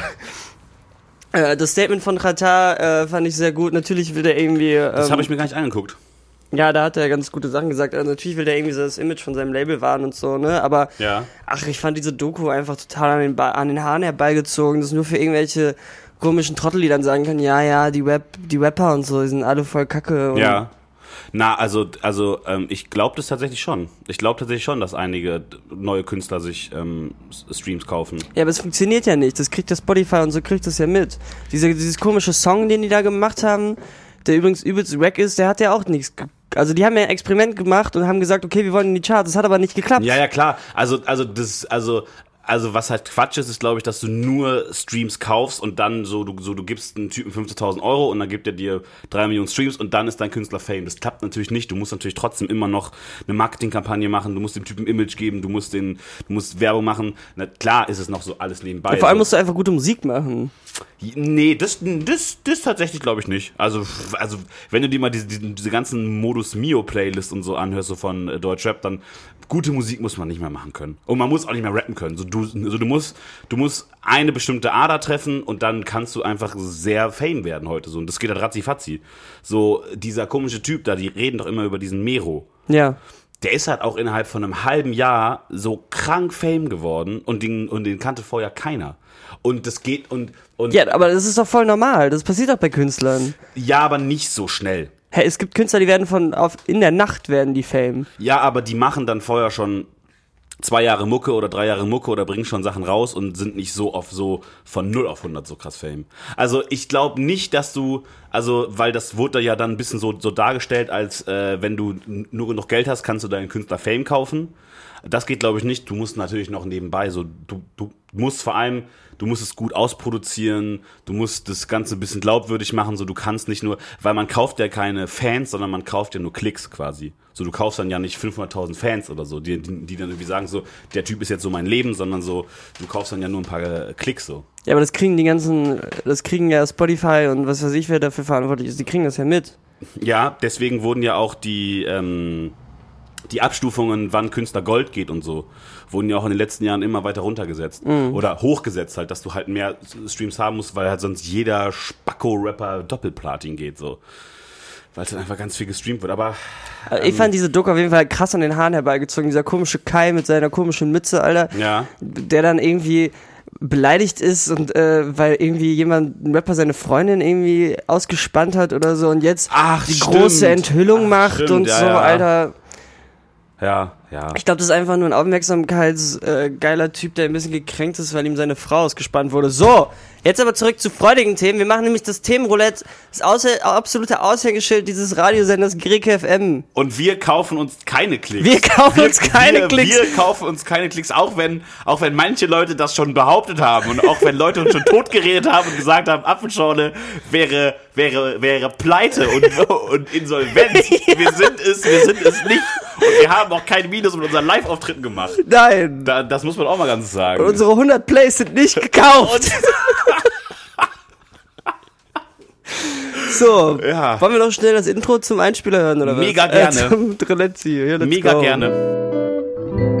S4: Äh, Das Statement von Qatar äh, fand ich sehr gut. Natürlich will der irgendwie. Ähm,
S3: Das habe ich mir gar nicht angeguckt.
S4: Ja, da hat er ganz gute Sachen gesagt. Also natürlich will der irgendwie so das Image von seinem Label wahren und so, ne? Aber
S3: Ja.
S4: ach, ich fand diese Doku einfach total an den, ba an den Haaren herbeigezogen, das nur für irgendwelche komischen Trottel, die dann sagen können, ja, ja, die Rap, die Rapper und so, die sind alle voll Kacke. Und
S3: Ja. Na, also, also ähm, ich glaube das tatsächlich schon. Ich glaube tatsächlich schon, dass einige d- neue Künstler sich ähm, S- Streams kaufen.
S4: Ja, aber es funktioniert ja nicht. Das kriegt der Spotify und so kriegt das ja mit. Diese, dieses komische Song, den die da gemacht haben, der übrigens übelst wack ist, der hat ja auch nichts ge- also die haben ja ein Experiment gemacht und haben gesagt, okay, wir wollen in die Charts. Das hat aber nicht geklappt.
S3: Ja, ja, klar. Also, also das, also. Also was halt Quatsch ist, ist glaube ich, dass du nur Streams kaufst und dann so du so du gibst einen Typen 15.000 Euro und dann gibt er dir drei Millionen Streams und dann ist dein Künstler Fame. Das klappt natürlich nicht. Du musst natürlich trotzdem immer noch eine Marketingkampagne machen. Du musst dem Typen Image geben. Du musst den, du musst Werbung machen. Na klar ist es noch so alles nebenbei.
S4: Und vor allem
S3: Also-
S4: musst du einfach gute Musik machen.
S3: Nee, das, das, das tatsächlich glaube ich nicht. Also, also, wenn du dir mal diese, diese, diese ganzen Modus Mio Playlist und so anhörst, so von äh, Deutschrap, dann gute Musik muss man nicht mehr machen können. Und man muss auch nicht mehr rappen können. So, du, also du musst, du musst eine bestimmte Ader treffen und dann kannst du einfach sehr fame werden heute. So, und das geht halt ratzi-fatzi. So, dieser komische Typ da, die reden doch immer über diesen Mero
S4: Ja.
S3: der ist halt auch innerhalb von einem halben Jahr so krank Fame geworden und den, und den kannte vorher keiner. Und das geht und, und
S4: Ja, aber das ist doch voll normal. Das passiert doch bei Künstlern.
S3: ja, aber nicht so schnell.
S4: Hey, es gibt Künstler, die werden von auf in der Nacht werden die Fame.
S3: Ja, aber die machen dann vorher schon zwei Jahre Mucke oder drei Jahre Mucke oder bringen schon Sachen raus und sind nicht so auf so von 0 auf 100 so krass Fame. Also ich glaube nicht, dass du, also weil das wurde ja dann ein bisschen so, so dargestellt, als äh, wenn du n- nur genug Geld hast, kannst du deinen Künstler Fame kaufen. Das geht glaube ich nicht. Du musst natürlich noch nebenbei so, du, du musst vor allem, du musst es gut ausproduzieren, du musst das Ganze ein bisschen glaubwürdig machen, so du kannst nicht nur, weil man kauft ja keine Fans, sondern man kauft ja nur Klicks quasi. So du kaufst dann ja nicht 500.000 Fans oder so, die, die, die dann irgendwie sagen so, der Typ ist jetzt so mein Leben, sondern so, du kaufst dann ja nur ein paar äh, Klicks so.
S4: Ja, aber das kriegen die ganzen, das kriegen ja Spotify und was weiß ich, wer dafür verantwortlich ist. Die kriegen das ja mit.
S3: Ja, deswegen wurden ja auch die, ähm, die Abstufungen, wann Künstler Gold geht und so, wurden ja auch in den letzten Jahren immer weiter runtergesetzt. Oder hochgesetzt halt, dass du halt mehr Streams haben musst, weil halt sonst jeder Spacko-Rapper Doppelplatin geht so. Weil es dann einfach ganz viel gestreamt wird. Aber
S4: Also
S3: Ähm.
S4: ich fand diese Doku auf jeden Fall krass an den Haaren herbeigezogen. Dieser komische Kai mit seiner komischen Mütze, Alter.
S3: Ja.
S4: Der dann irgendwie beleidigt ist und äh, weil irgendwie jemand, ein Rapper seine Freundin irgendwie ausgespannt hat oder so und jetzt
S3: Ach,
S4: die
S3: stimmt.
S4: große Enthüllung
S3: Ach,
S4: macht
S3: stimmt,
S4: und
S3: ja,
S4: so,
S3: ja.
S4: Alter.
S3: ja, ja.
S4: Ich glaube, das ist einfach nur ein aufmerksamkeitsgeiler äh, geiler Typ, der ein bisschen gekränkt ist, weil ihm seine Frau ausgespannt wurde. So, jetzt aber zurück zu freudigen Themen. Wir machen nämlich das Themenroulette, das außer, absolute Aushängeschild dieses Radiosenders Greek FM.
S3: Und wir kaufen uns keine Klicks.
S4: Wir kaufen uns keine Klicks.
S3: Wir kaufen uns keine Klicks, auch wenn, auch wenn manche Leute das schon behauptet haben und auch wenn Leute uns schon totgeredet haben und gesagt haben, Apfelschorle wäre, wäre, wäre pleite und, und insolvent. Wir sind es, wir sind es nicht. Und wir haben auch kein Minus mit unseren Live-Auftritten gemacht.
S4: Nein.
S3: Da, das muss man auch mal ganz sagen.
S4: Unsere 100 Plays sind nicht gekauft. so,
S3: Ja.
S4: wollen wir noch schnell das Intro zum Einspieler hören oder was?
S3: Mega
S4: Äh,
S3: gerne.
S4: zum Trelezzi. Hier, let's
S3: Mega
S4: go.
S3: gerne.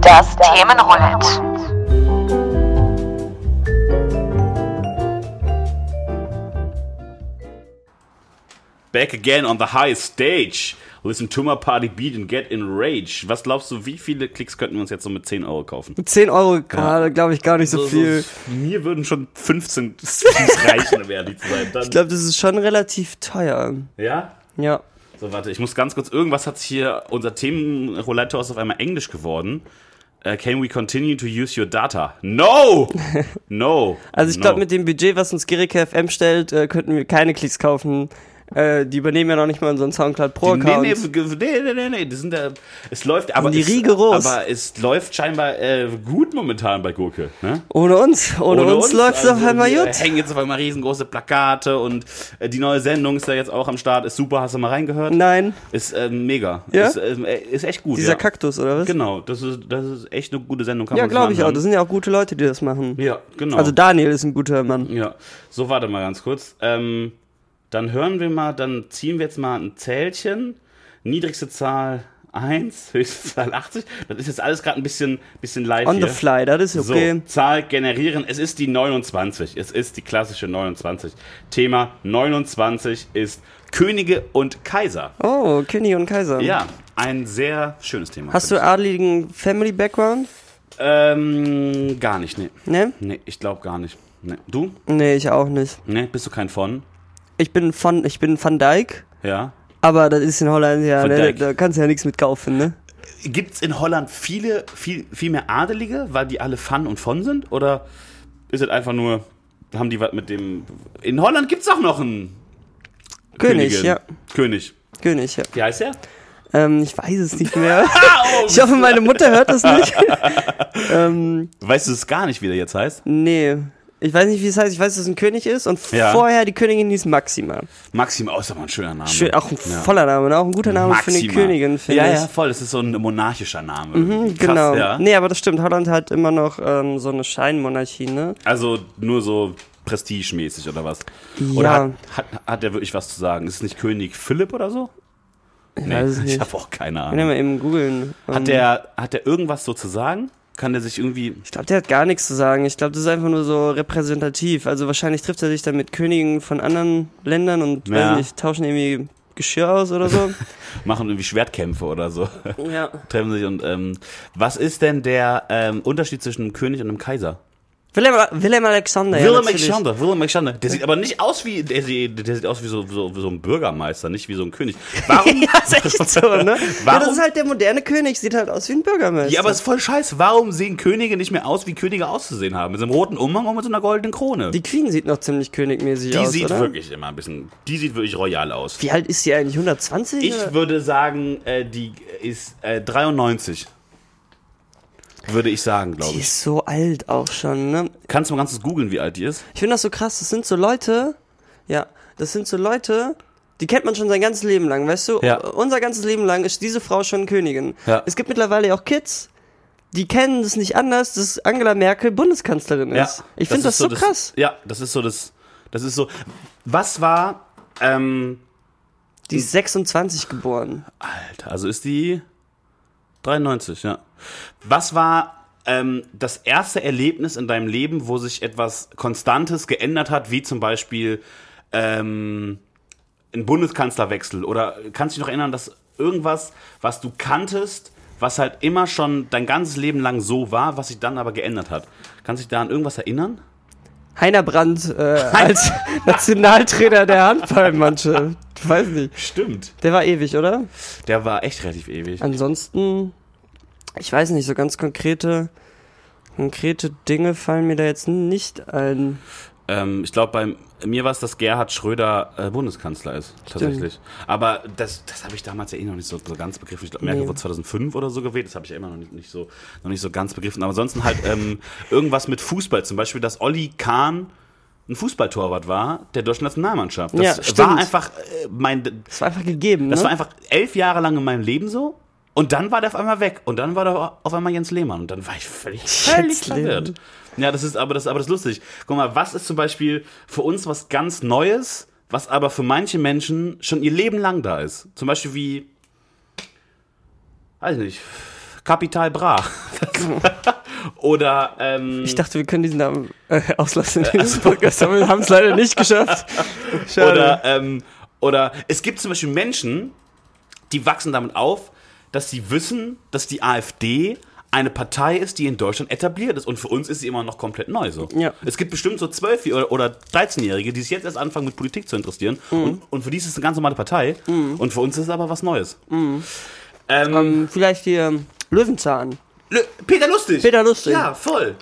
S6: Das Themenroulette.
S3: Back again on the high stage. Listen to my party beat and get enraged. Was glaubst du, wie viele Klicks könnten wir uns jetzt so mit 10 Euro kaufen?
S4: 10 Euro gerade, glaube ich, gar nicht so,
S3: So, so,
S4: viel.
S3: mir würden schon 15 Streams reichen, um ehrlich zu sein. Dann,
S4: Ich glaube, das ist schon relativ teuer.
S3: ja?
S4: Ja.
S3: So, warte, ich muss ganz kurz, irgendwas hat hier, unser Themenroulette ist auf einmal englisch geworden. Äh, can we continue to use your data? No! No!
S4: Also ich
S3: no.
S4: glaube, mit dem Budget, was uns Gericke FM stellt, äh, könnten wir keine Klicks kaufen. Äh, die übernehmen ja noch nicht mal unseren Soundcloud Pro
S3: Nee,
S4: Account.
S3: nee, nee, nee, nee, nee, die sind da, es läuft, aber,
S4: die
S3: es,
S4: Riege groß.
S3: aber es läuft scheinbar äh, gut momentan bei Gurke, ne?
S4: Ohne uns, ohne, uns, läuft's
S3: also
S4: auf einmal
S3: wir
S4: gut.
S3: hängen jetzt auf einmal riesengroße Plakate und äh, die neue Sendung ist da jetzt auch am Start, ist super, hast du mal reingehört?
S4: Nein,
S3: Ist ähm, mega.
S4: Ja?
S3: Ist, ähm, äh, ist echt gut.
S4: dieser
S3: ja.
S4: Kaktus oder was?
S3: Genau, das ist, das ist echt eine gute Sendung. Kann
S4: Ja,
S3: man sich
S4: glaube ich auch.
S3: anhören.
S4: Das sind ja auch gute Leute, die das machen.
S3: ja, genau.
S4: Also Daniel ist ein guter Mann.
S3: ja, so warte mal ganz kurz. Ähm, dann hören wir mal, dann ziehen wir jetzt mal ein Zählchen. Niedrigste Zahl 1, höchste Zahl 80. Das ist jetzt alles gerade ein bisschen, bisschen live
S4: On
S3: hier.
S4: the fly, das ist
S3: So,
S4: okay.
S3: Zahl generieren. Es ist die 29. Es ist die klassische 29. Thema 29 ist Könige und Kaiser.
S4: Oh, Kenny und Kaiser.
S3: Ja, ein sehr schönes Thema.
S4: Hast du adligen Family Background?
S3: Ähm, gar nicht, nee.
S4: Ne?
S3: Nee, ich glaube gar nicht. Nee. Du?
S4: Nee, ich auch nicht.
S3: Nee, bist du kein von?
S4: Ich bin von ich bin Van Dijk,
S3: Ja.
S4: aber das ist in Holland ja,
S3: Van
S4: ne,
S3: Dijk.
S4: da kannst du ja nichts mit kaufen, ne?
S3: Gibt's in Holland viele, viel, viel mehr Adelige, weil die alle Fun und von sind? Oder ist es einfach nur haben die was mit dem. In Holland gibt's auch noch einen
S4: König,
S3: Königin.
S4: ja.
S3: König.
S4: König, ja.
S3: Wie heißt er?
S4: Ähm, ich weiß es nicht mehr. ich hoffe, meine Mutter hört das nicht. ähm,
S3: Weißt du es gar nicht, wie der jetzt heißt?
S4: nee. Ich weiß nicht, wie es heißt. Ich weiß, dass es ein König ist. Und
S3: Ja.
S4: vorher die Königin hieß Maxima.
S3: Maxim, oh, ist aber ein schöner Name.
S4: Schön, auch ein voller Name, ne? auch ein guter Name für eine Königin, finde
S3: ja,
S4: ich.
S3: Ja, voll. Das ist so ein monarchischer Name. Krass,
S4: Genau.
S3: Ja.
S4: Nee, aber das stimmt. Holland hat immer noch ähm, so eine Scheinmonarchie, ne?
S3: Also nur so prestigemäßig oder was?
S4: Ja.
S3: Oder hat, hat, hat der wirklich was zu sagen? Ist es nicht König Philipp oder so? Ich nee,
S4: weiß es nicht.
S3: ich habe auch keine
S4: Können
S3: Ahnung.
S4: wir mal eben googeln. Ähm,
S3: Hat der, hat der irgendwas so zu sagen? Kann der sich irgendwie.
S4: ich glaube, der hat gar nichts zu sagen. Ich glaube, das ist einfach nur so repräsentativ. Also wahrscheinlich trifft er sich dann mit Königen von anderen Ländern und
S3: Ja.
S4: weiß nicht, tauschen irgendwie Geschirr aus oder so.
S3: machen irgendwie Schwertkämpfe oder so.
S4: ja.
S3: Treffen sich und ähm, was ist denn der ähm, Unterschied zwischen einem König und einem Kaiser?
S4: Willem, Willem Alexander. ja,
S3: Willem
S4: natürlich.
S3: Alexander, Willem Alexander. Der sieht aber nicht aus wie der, sieht- der sieht aus wie so, so, wie so ein Bürgermeister, nicht wie so ein König. Warum?
S4: ja, ist echt so, ne? Ja, das
S3: Warum?
S4: ist halt der moderne König, sieht halt aus wie ein Bürgermeister.
S3: Ja, aber es ist voll scheiße. Warum sehen Könige nicht mehr aus, wie Könige auszusehen haben? Mit so einem roten Umhang und mit so einer goldenen Krone.
S4: die Queen sieht noch ziemlich königmäßig
S3: Die
S4: aus,
S3: sieht
S4: oder?
S3: wirklich immer ein bisschen. Die sieht wirklich royal aus.
S4: Wie alt ist sie eigentlich? 120?
S3: Ich
S4: oder?
S3: würde sagen, äh, die ist äh, 93. Würde ich sagen, glaube
S4: die
S3: ich.
S4: ist so alt auch schon, ne?
S3: Kannst du mal ganz kurz googeln, wie alt die ist?
S4: Ich finde das so krass, das sind so Leute, ja, das sind so Leute, die kennt man schon sein ganzes Leben lang, weißt du?
S3: Ja.
S4: Unser ganzes Leben lang ist diese Frau schon Königin.
S3: Ja.
S4: Es gibt mittlerweile auch Kids, die kennen das nicht anders, dass Angela Merkel Bundeskanzlerin ist. ich finde das,
S3: ist
S4: so
S3: Das,
S4: krass.
S3: ja, das ist so das. Das ist so. Was war. Ähm,
S4: Die ist 26 geboren.
S3: Alter, also ist die 93, ja. Was war ähm, das erste Erlebnis in deinem Leben, wo sich etwas Konstantes geändert hat, wie zum Beispiel ähm, ein Bundeskanzlerwechsel? Oder kannst du dich noch erinnern, dass irgendwas, was du kanntest, was halt immer schon dein ganzes Leben lang so war, was sich dann aber geändert hat? Kannst du dich da an irgendwas erinnern?
S4: Heiner Brandt äh, als Nationaltrainer der Handballmannschaft. Ich weiß nicht.
S3: Stimmt.
S4: Der war ewig, oder?
S3: Der war echt relativ ewig.
S4: Ansonsten, ich weiß nicht, so ganz konkrete, konkrete Dinge fallen mir da jetzt nicht ein.
S3: Ähm, ich glaube, bei mir war es, dass Gerhard Schröder äh, Bundeskanzler ist, tatsächlich. Aber das, das habe ich damals ja eh noch nicht so, so ganz begriffen. Ich glaube, Merkel
S4: Nee.
S3: wurde 2005 oder so gewählt. Das habe ich ja immer noch nicht, nicht, so, noch nicht so ganz begriffen. Aber ansonsten halt ähm, irgendwas mit Fußball. Zum Beispiel, dass Olli Kahn ein Fußballtorwart war, der deutschen Nationalmannschaft.
S4: Ja,
S3: Das war
S4: stimmt.
S3: einfach äh, mein,
S4: Das war einfach gegeben,
S3: das
S4: ne?
S3: war einfach elf Jahre lang in meinem Leben so. Und dann war der auf einmal weg. Und dann war der auf einmal Jens Lehmann. Und dann war ich völlig, völlig
S4: Lehmann.
S3: verwirrt. Ja, das ist aber das, aber das ist lustig. Guck mal, was ist zum Beispiel für uns was ganz Neues, was aber für manche Menschen schon ihr Leben lang da ist? Zum Beispiel wie, weiß nicht, Kapital Bra. Oder, ähm,
S4: ich dachte, wir können diesen Namen äh, auslassen in diesem Podcast, aber wir haben es leider nicht geschafft. Schade.
S3: Oder, ähm, oder es gibt zum Beispiel Menschen, die wachsen damit auf, dass sie wissen, dass die AfD eine Partei ist, die in Deutschland etabliert ist. Und für uns ist sie immer noch komplett neu. So.
S4: Ja.
S3: Es gibt bestimmt so 12- oder, oder 13-Jährige, die sich jetzt erst anfangen, mit Politik zu interessieren.
S4: Mhm.
S3: Und, und für die ist es eine ganz normale Partei. Und für uns ist es aber was Neues. Ähm,
S4: Mhm. Ähm, vielleicht hier ähm, Löwenzahn.
S3: Lö- Peter Lustig.
S4: Peter Lustig.
S3: Ja, voll.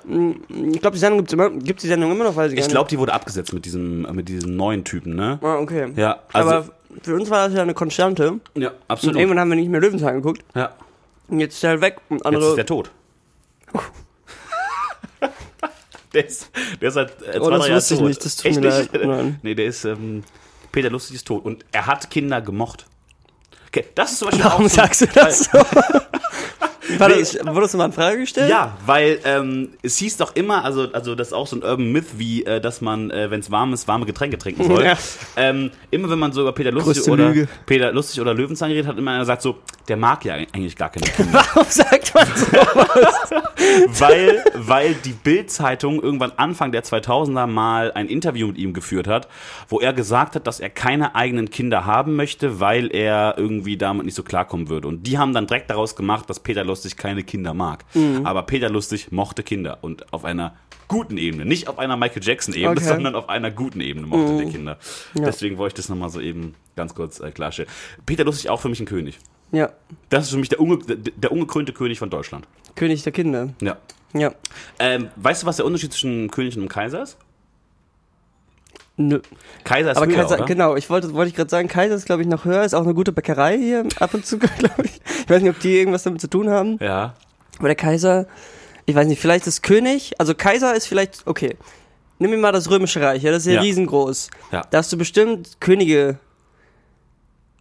S4: Ich glaube, die Sendung gibt's immer, gibt die Sendung immer noch, weiß ich gar
S3: Ich
S4: nicht.
S3: glaube, die wurde abgesetzt mit diesem, mit diesem neuen Typen, ne?
S4: Ah, okay.
S3: Ja, also-
S4: aber für uns war das ja eine Konstante. Und
S3: Ja, absolut.
S4: irgendwann haben wir nicht mehr Löwenzahn geguckt.
S3: ja.
S4: Und jetzt ist er halt weg. Und
S3: Jetzt
S4: andere.
S3: ist der tot. der, ist, der ist halt äh, zwei,
S4: Oh, das
S3: drei Jahre
S4: wusste ich
S3: tot.
S4: nicht, das tut mir leid, nein.
S3: Nee, der ist, ähm, Peter Lustig ist tot und er hat Kinder gemocht. Okay, das ist zum Beispiel
S4: Warum
S3: auch so,
S4: sagst du das so? War das, wurde das mal in Frage gestellt?
S3: Ja, weil ähm, es hieß doch immer, also, also das ist auch so ein Urban Myth, wie, äh, dass man, äh, wenn es warm ist, warme Getränke trinken soll.
S4: Ja.
S3: Ähm, immer wenn man so über Peter Lustig
S4: Größte
S3: oder
S4: Lüge.
S3: Peter Lustig oder Löwenzahn redet, hat immer einer gesagt so, der mag ja eigentlich gar keine Kinder.
S4: Warum sagt man so?
S3: weil, weil die Bild-Zeitung irgendwann Anfang der 2000er mal ein Interview mit ihm geführt hat, wo er gesagt hat, dass er keine eigenen Kinder haben möchte, weil er irgendwie damit nicht so klarkommen würde. Und die haben dann direkt daraus gemacht, dass Peter Lustig keine Kinder mag. Aber Peter Lustig mochte Kinder und auf einer guten Ebene, nicht auf einer Michael Jackson-Ebene,
S4: Okay.
S3: sondern auf einer guten Ebene mochte der Kinder. Deswegen wollte ich das nochmal so eben ganz kurz äh, klarstellen. Peter Lustig auch für mich ein König.
S4: Ja,
S3: Das ist für mich der, unge der ungekrönte König von Deutschland.
S4: König der Kinder.
S3: Ja.
S4: Ja.
S3: Ähm, weißt du, was der Unterschied zwischen einem König und einem Kaiser ist?
S4: Nö.
S3: Kaiser ist
S4: Aber
S3: höher,
S4: Kaiser,
S3: oder?
S4: genau, ich wollte, wollte ich gerade sagen, Kaiser ist, glaube ich, noch höher, ist auch eine gute Bäckerei hier ab und zu, glaube ich. Ich weiß nicht, ob die irgendwas damit zu tun haben.
S3: Ja.
S4: Aber der Kaiser, ich weiß nicht, vielleicht ist König, also Kaiser ist vielleicht, okay, nimm mir mal das Römische Reich, ja, das ist ja,
S3: Ja.
S4: riesengroß.
S3: Ja.
S4: Da hast du bestimmt Könige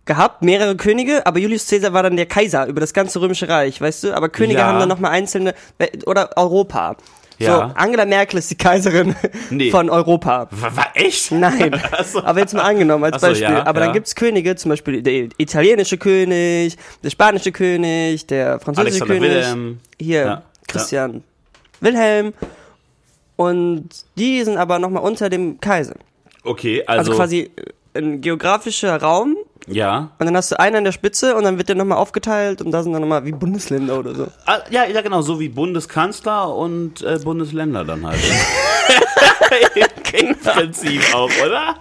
S4: gehabt, mehrere Könige, aber Julius Caesar war dann der Kaiser über das ganze Römische Reich, weißt du? Aber Könige
S3: Ja.
S4: haben dann nochmal einzelne, oder Europa.
S3: Ja.
S4: So, Angela Merkel ist die Kaiserin
S3: Nee.
S4: von Europa.
S3: War, war echt?
S4: Nein,
S3: Ach so.
S4: aber jetzt mal angenommen als
S3: Ach so,
S4: Beispiel.
S3: ja,
S4: aber dann
S3: ja.
S4: gibt's Könige, zum Beispiel der italienische König, der spanische König, der französische
S3: Alexander
S4: König.
S3: Wilhelm.
S4: Hier,
S3: Ja,
S4: Christian Wilhelm. Und die sind aber nochmal unter dem Kaiser.
S3: Okay, also,
S4: Also quasi äh, ein geografischer Raum
S3: ja.
S4: und dann hast du einen an der Spitze und dann wird der nochmal aufgeteilt und da sind dann nochmal wie Bundesländer oder so.
S3: Ah, ja. Ja, genau, so wie Bundeskanzler und äh, Bundesländer dann halt. Im Prinzip auch, oder?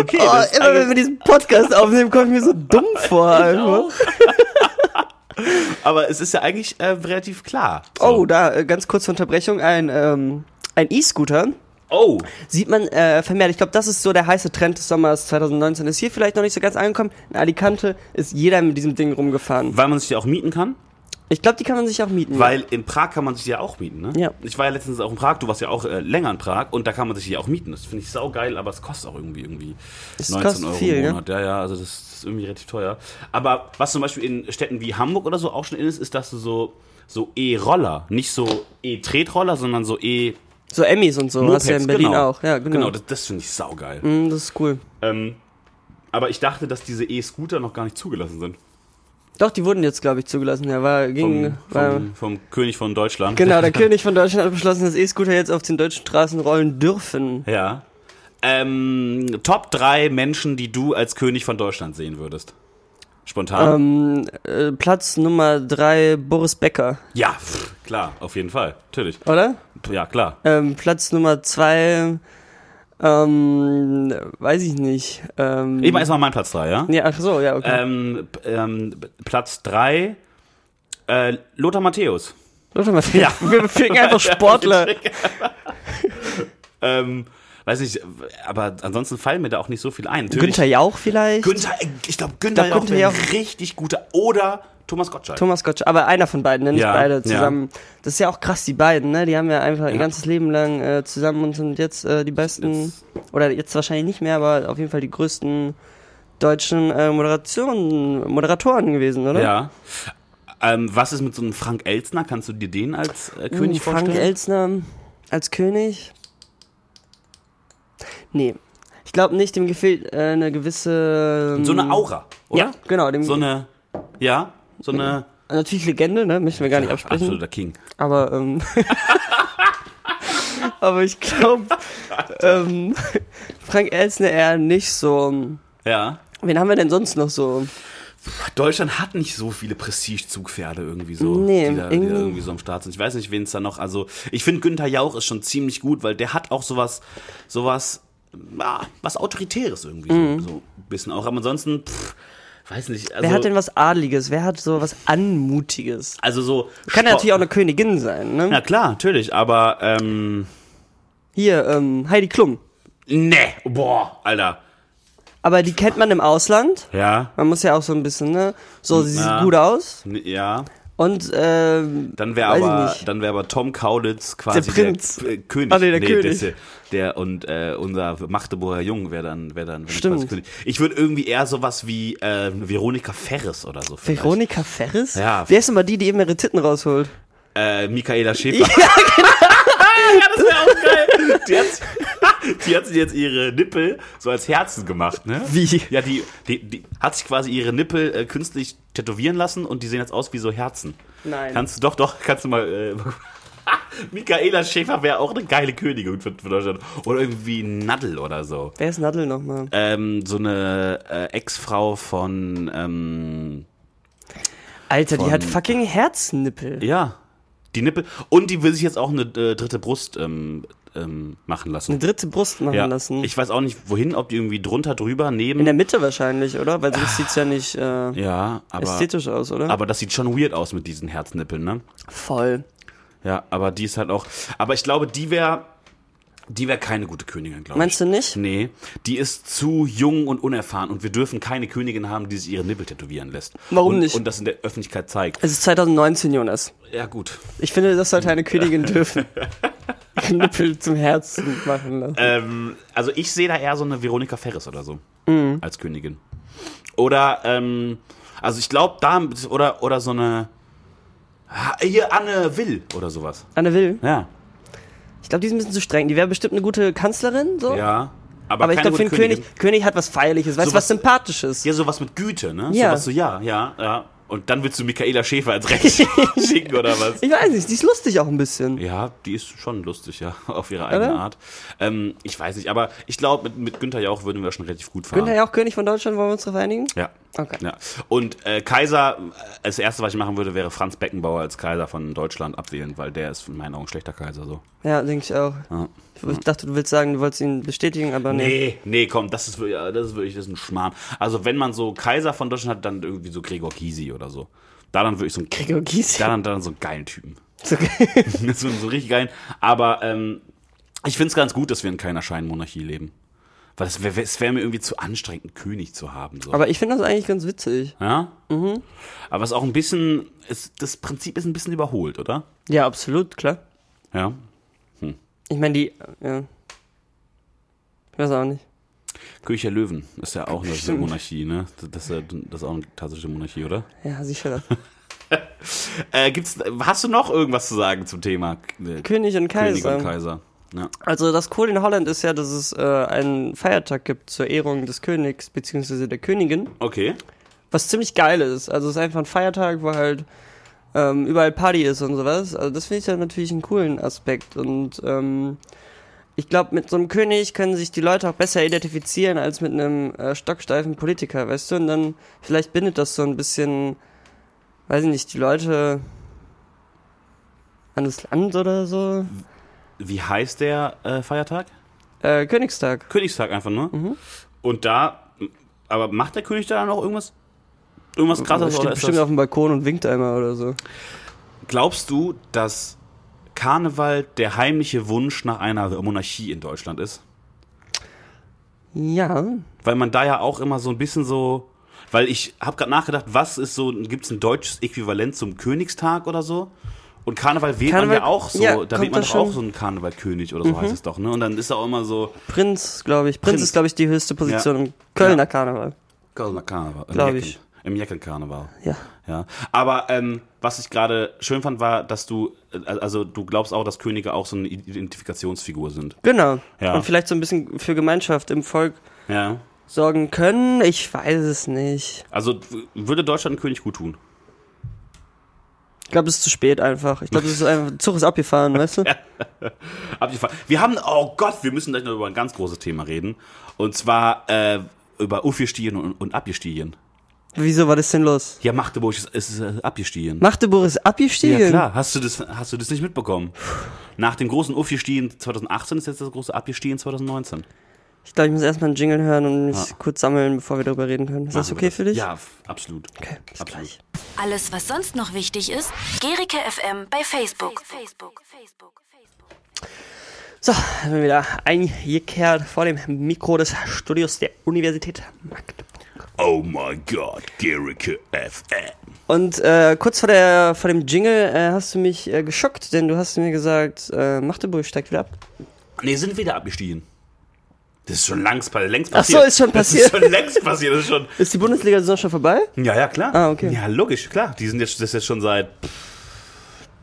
S3: Okay,
S4: Oh,
S3: das ist
S4: immer wenn wir diesen Podcast aufnehmen, komme ich mir so dumm vor. Einfach.
S3: Aber es ist ja eigentlich äh, relativ klar.
S4: Oh, da äh, ganz kurze Unterbrechung. Ein ähm, ein E-Scooter
S3: Oh,
S4: sieht man äh, vermehrt. Ich glaube, das ist so der heiße Trend des Sommers 2019. Ist hier vielleicht noch nicht so ganz angekommen. In Alicante ist jeder mit diesem Ding rumgefahren.
S3: weil man sich ja auch mieten kann.
S4: Ich glaube, die kann man sich auch mieten.
S3: Weil in Prag kann man sich ja auch mieten, ne?
S4: Ja.
S3: Ich war ja letztens auch in Prag, du warst ja auch äh, länger in Prag und da kann man sich ja auch mieten. Das finde ich saugeil, aber es kostet auch irgendwie irgendwie
S4: Es
S3: 19
S4: kostet
S3: Euro
S4: viel,
S3: im
S4: ne?
S3: Monat. Ja, ja, also das ist irgendwie relativ teuer. Aber was zum Beispiel in Städten wie Hamburg oder so auch schon in ist, ist, dass du so, so E-Roller, nicht so E-Tretroller, sondern so E-
S4: so Emmys und so.
S3: Mopeds,
S4: hast du ja in Berlin
S3: genau.
S4: auch. Ja, genau.
S3: Genau, das, das finde ich saugeil.
S4: Mm, das ist cool.
S3: Ähm, aber ich dachte, dass diese E-Scooter noch gar nicht zugelassen sind.
S4: Doch, die wurden jetzt, glaube ich, zugelassen. Ja, war
S3: Vom,
S4: ging. war,
S3: vom, vom König von Deutschland.
S4: Genau, der König von Deutschland hat beschlossen, dass E-Scooter jetzt auf den deutschen Straßen rollen dürfen.
S3: Ja. Ähm, Top 3 Menschen, die du als König von Deutschland sehen würdest. Spontan?
S4: Ähm, äh, Platz Nummer drei Boris Becker,
S3: ja, pff, klar, auf jeden Fall. Natürlich.
S4: oder?
S3: Ja, klar.
S4: Äh, Ähm, Platz Nummer zwei, ähm, weiß ich nicht. Ähm,
S3: Eben erstmal mein Platz 3, ja?
S4: ja, ach so, ja, okay.
S3: Ähm, p- ähm, p- Platz 3, äh, Lothar Matthäus.
S4: Leute, mal, ja. wir ficken einfach Sportler.
S3: Ähm, weiß nicht, aber ansonsten fallen mir da auch nicht so viel ein. Natürlich-
S4: Günther Jauch vielleicht?
S3: Günther, äh, ich glaube, Günther,
S4: Ich glaub,
S3: Jauch
S4: Günther
S3: wäre
S4: Jauch.
S3: ein richtig guter. Oder Thomas Gottschalk.
S4: Thomas Gottsch, aber einer von beiden, ne? nicht
S3: Ja,
S4: beide
S3: ja.
S4: zusammen. Das ist ja auch krass, die beiden, ne? Die haben ja einfach ihr ganzes Leben lang äh, zusammen und sind jetzt äh, die besten,
S3: Jetzt-
S4: oder jetzt wahrscheinlich nicht mehr, aber auf jeden Fall die größten deutschen äh, Moderationen, Moderatoren gewesen, oder? Hm,
S3: ja. Ähm, was ist mit so einem Frank Elzner? Kannst du dir den als äh,
S4: Hm,
S3: König
S4: Frank
S3: vorstellen?
S4: Elzner als König? Nee. Ich glaube nicht, dem gefehlt äh, eine gewisse. ähm,
S3: So eine Aura, oder?
S4: Ja, genau. Dem,
S3: So eine, ja, so eine.
S4: natürlich Legende, ne? Möchten wir gar nicht absprechen.
S3: Absoluter King.
S4: Aber, ähm, aber ich glaube, ähm, Frank Elsner eher nicht so.
S3: Ja.
S4: Wen haben wir denn sonst noch so?
S3: Deutschland hat nicht so viele Prestige-Zugpferde irgendwie so,
S4: Nee,
S3: die, da, die
S4: irgendwie-
S3: da irgendwie so am Start sind. Ich weiß nicht, wen es da noch. Also, ich finde Günther Jauch ist schon ziemlich gut, weil der hat auch sowas, sowas, ah, was Autoritäres irgendwie. So, so ein bisschen auch. Aber ansonsten, pff, weiß nicht. Also,
S4: Mhm. Wer hat denn was Adliges? Wer hat so was Anmutiges?
S3: Also so.
S4: Kann
S3: Sport-
S4: natürlich auch eine Königin sein, ne?
S3: Na klar, natürlich, aber, ähm,
S4: Hier, ähm, Heidi Klum.
S3: ne, boah, Alter.
S4: Aber die kennt man im Ausland.
S3: Ja.
S4: Man muss ja auch so ein bisschen, ne? So, sie sieht
S3: Ja.
S4: gut aus.
S3: Ja.
S4: Und, ähm,
S3: Dann wäre
S4: Weiß ich
S3: aber,
S4: nicht.
S3: dann wär aber Tom Kaulitz quasi
S4: Der Prinz.
S3: der, äh, König.
S4: Ah, nee, der König.
S3: ist der, der und äh, unser Magdeburger Jung wäre dann, wär dann wär dann
S4: Stimmt.
S3: quasi König. Ich würde irgendwie eher sowas wie äh, Veronika Ferres oder so. vielleicht.
S4: Veronika Ferris?
S3: Ja.
S4: Wer ist immer die, die eben ihre Titten rausholt?
S3: Äh, Michaela Schäfer. Ja, genau. das wäre auch geil. Die hat, die hat sich jetzt ihre Nippel so als Herzen gemacht, ne?
S4: Wie?
S3: Ja, die, die, die hat sich quasi ihre Nippel äh, künstlich tätowieren lassen und die sehen jetzt aus wie so Herzen.
S4: Nein.
S3: Kannst du doch, doch, kannst du mal. Äh, Michaela Schäfer wäre auch eine geile Königin für, für Deutschland. Oder irgendwie Nadel oder so.
S4: Wer ist Nadel nochmal?
S3: Ähm, so eine äh, Ex-Frau von. Ähm,
S4: Alter, die
S3: Von-
S4: hat fucking Herznippel.
S3: ja, die Nippel. Und die will sich jetzt auch eine äh, dritte Brust ähm, ähm, machen lassen.
S4: Eine dritte Brust machen
S3: ja.
S4: lassen.
S3: Ich weiß auch nicht, wohin, ob die irgendwie drunter, drüber, neben.
S4: In der Mitte wahrscheinlich, oder? Weil sonst sieht's ja nicht äh,
S3: ja, aber.
S4: ästhetisch aus, oder?
S3: Aber das sieht schon weird aus mit diesen Herznippeln, ne?
S4: Voll.
S3: Ja, aber die ist halt auch. Aber ich glaube, die wäre. Die wäre keine gute Königin, glaube ich.
S4: Meinst du nicht?
S3: Nee, die ist zu jung und unerfahren und wir dürfen keine Königin haben, die sich ihre Nippel tätowieren lässt.
S4: Warum
S3: und,
S4: nicht?
S3: Und das in der Öffentlichkeit zeigt.
S4: Es ist 2019, Jonas.
S3: Ja gut.
S4: Ich finde, das sollte eine Königin dürfen. Knüppel zum Herzen machen lassen.
S3: Ähm, also ich sehe da eher so eine Veronika Ferris oder so als Königin. Oder ähm, also ich glaube da oder oder so eine Ah, hier Anne Will oder sowas.
S4: Anne Will.
S3: Ja,
S4: Ich glaube, die ist ein bisschen zu streng. Die wäre bestimmt eine gute Kanzlerin, so.
S3: ja. Aber,
S4: Aber ich
S3: keine
S4: glaube, für einen
S3: gute
S4: König,
S3: Königin.
S4: König hat was Feierliches, weißt du,
S3: Sowas-
S4: was Sympathisches.
S3: Ja, sowas mit Güte, ne?
S4: Ja.
S3: Sowas so ja, ja, ja. Und dann willst du Michaela Schäfer als Recht schicken oder was?
S4: Ich weiß nicht, die ist lustig auch ein bisschen.
S3: Ja, die ist schon lustig, ja, auf ihre eigene
S4: Oder?
S3: Art. Ähm, ich weiß nicht, aber ich glaube, mit, mit Günther Jauch würden wir schon relativ gut fahren.
S4: Günther ja auch König von Deutschland, wollen wir uns darauf einigen?
S3: Ja.
S4: Okay.
S3: Ja. Und äh, Kaiser, äh, das erste, was ich machen würde, wäre Franz Beckenbauer als Kaiser von Deutschland abwählen, weil der ist in meinen Augen ein schlechter Kaiser so.
S4: Ja, denke ich auch.
S3: Ja.
S4: Ich dachte, du willst sagen, du wolltest ihn bestätigen, aber nee.
S3: Nee, nee, komm, das ist, wirklich- äh, das ist wirklich das ist ein Schmarrn. Also, wenn man so Kaiser von Deutschland hat, dann irgendwie so Gregor Gysi oder so. Da dann würde ich so einen
S4: Gregor Gysi.
S3: Da dann, da dann so einen geilen Typen.
S4: So-
S3: so, so richtig geilen. Aber ähm, ich finde es ganz gut, dass wir in keiner Scheinmonarchie leben. Weil es wäre wär mir irgendwie zu anstrengend, einen König zu haben. So.
S4: aber ich finde das eigentlich ganz witzig.
S3: Ja? Aber es ist auch ein bisschen, es, das Prinzip ist ein bisschen überholt, oder?
S4: Ja, absolut, klar.
S3: Ja.
S4: Ich meine, die. Ja. Ich weiß auch nicht.
S3: König der Löwen ist ja auch eine Monarchie, ne? Das, das, das ist auch eine klassische Monarchie, oder?
S4: Ja, sicher.
S3: Äh, gibt's, hast du noch irgendwas zu sagen zum Thema äh,
S4: König und
S3: König
S4: Kaiser.
S3: und Kaiser? Ja.
S4: Also das Coole in Holland ist ja, dass es äh, einen Feiertag gibt zur Ehrung des Königs bzw. der Königin,
S3: Okay.
S4: was ziemlich geil ist. Also es ist einfach ein Feiertag, wo halt ähm, überall Party ist und sowas. Also das finde ich dann natürlich einen coolen Aspekt. Und ähm, ich glaube, mit so einem König können sich die Leute auch besser identifizieren als mit einem äh, stocksteifen Politiker, weißt du? Und dann vielleicht bindet das so ein bisschen, weiß ich nicht, die Leute an das Land oder so.
S3: Wie heißt der äh, Feiertag?
S4: Äh, Königstag.
S3: Königstag einfach nur. Und da, aber macht der König da dann auch irgendwas, irgendwas krasses?
S4: steht
S3: Oder ist
S4: bestimmt
S3: das,
S4: auf dem Balkon und winkt einmal oder so.
S3: glaubst du, dass Karneval der heimliche Wunsch nach einer Monarchie in Deutschland ist?
S4: Ja.
S3: Weil man da ja auch immer so ein bisschen so, weil ich habe gerade nachgedacht, was ist so, gibt es ein deutsches Äquivalent zum Königstag oder so? Und Karneval wählt
S4: Karneval-
S3: man ja auch so,
S4: ja,
S3: da
S4: kommt
S3: wählt man
S4: das
S3: doch auch
S4: schon. Mhm.
S3: so einen Karnevalkönig oder so heißt es doch, ne? Und dann ist auch immer so,
S4: Prinz, glaube ich. Prinz,
S3: Prinz.
S4: ist, glaube ich, die höchste Position im Kölner Karneval.
S3: Kölner Karneval. im
S4: Glaub
S3: Jecken-
S4: ich.
S3: Im Jeckelkarneval.
S4: Ja.
S3: Ja. Aber ähm, was ich gerade schön fand, war, dass du, äh, also du glaubst auch, dass Könige auch so eine Identifikationsfigur sind.
S4: Genau.
S3: Ja.
S4: Und vielleicht so ein bisschen für Gemeinschaft im Volk
S3: Ja.
S4: sorgen können. Ich weiß es nicht.
S3: Also w- würde Deutschland einen König gut tun.
S4: Ich glaube, es ist zu spät einfach. Ich glaube, es ist einfach, der Zug ist abgefahren, weißt du?
S3: Abgefahren. Wir haben, oh Gott, wir müssen gleich noch über ein ganz großes Thema reden. Und zwar äh, über Ufjestien und, und Abjestien.
S4: Wieso war das denn los?
S3: Ja, Magdeburg ist, ist äh, Abjestien.
S4: Magdeburg ist abgestiegen.
S3: Ja klar, hast du das, hast du das nicht mitbekommen? Nach dem großen Ufjestien 2018 ist jetzt das große Abjestien 2019.
S4: Ich glaube, ich muss erstmal einen Jingle hören und mich
S3: Ja.
S4: kurz sammeln, bevor wir darüber reden können. Ist das okay für dich?
S3: Ja, f- absolut.
S4: Okay, bis
S3: Absolut.
S4: gleich.
S1: Alles, was sonst noch wichtig ist, Gerike FM bei Facebook.
S4: So, sind wir wieder eingekehrt vor dem Mikro des Studios der Universität Magdeburg.
S3: Oh my God, Gericke FM.
S4: Und äh, kurz vor, der, vor dem Jingle äh, hast du mich äh, geschockt, denn du hast mir gesagt, äh, Magdeburg steigt wieder ab.
S3: Nee, sind wieder abgestiegen. Das ist schon längst, pa- längst
S4: Ach so,
S3: passiert.
S4: ist schon
S3: Das ist schon längst passiert. Das ist schon.
S4: Ist die Bundesliga-Saison schon vorbei?
S3: Ja, ja, klar.
S4: Ah, okay.
S3: Ja, logisch, klar. Die sind jetzt, das ist jetzt schon seit pff,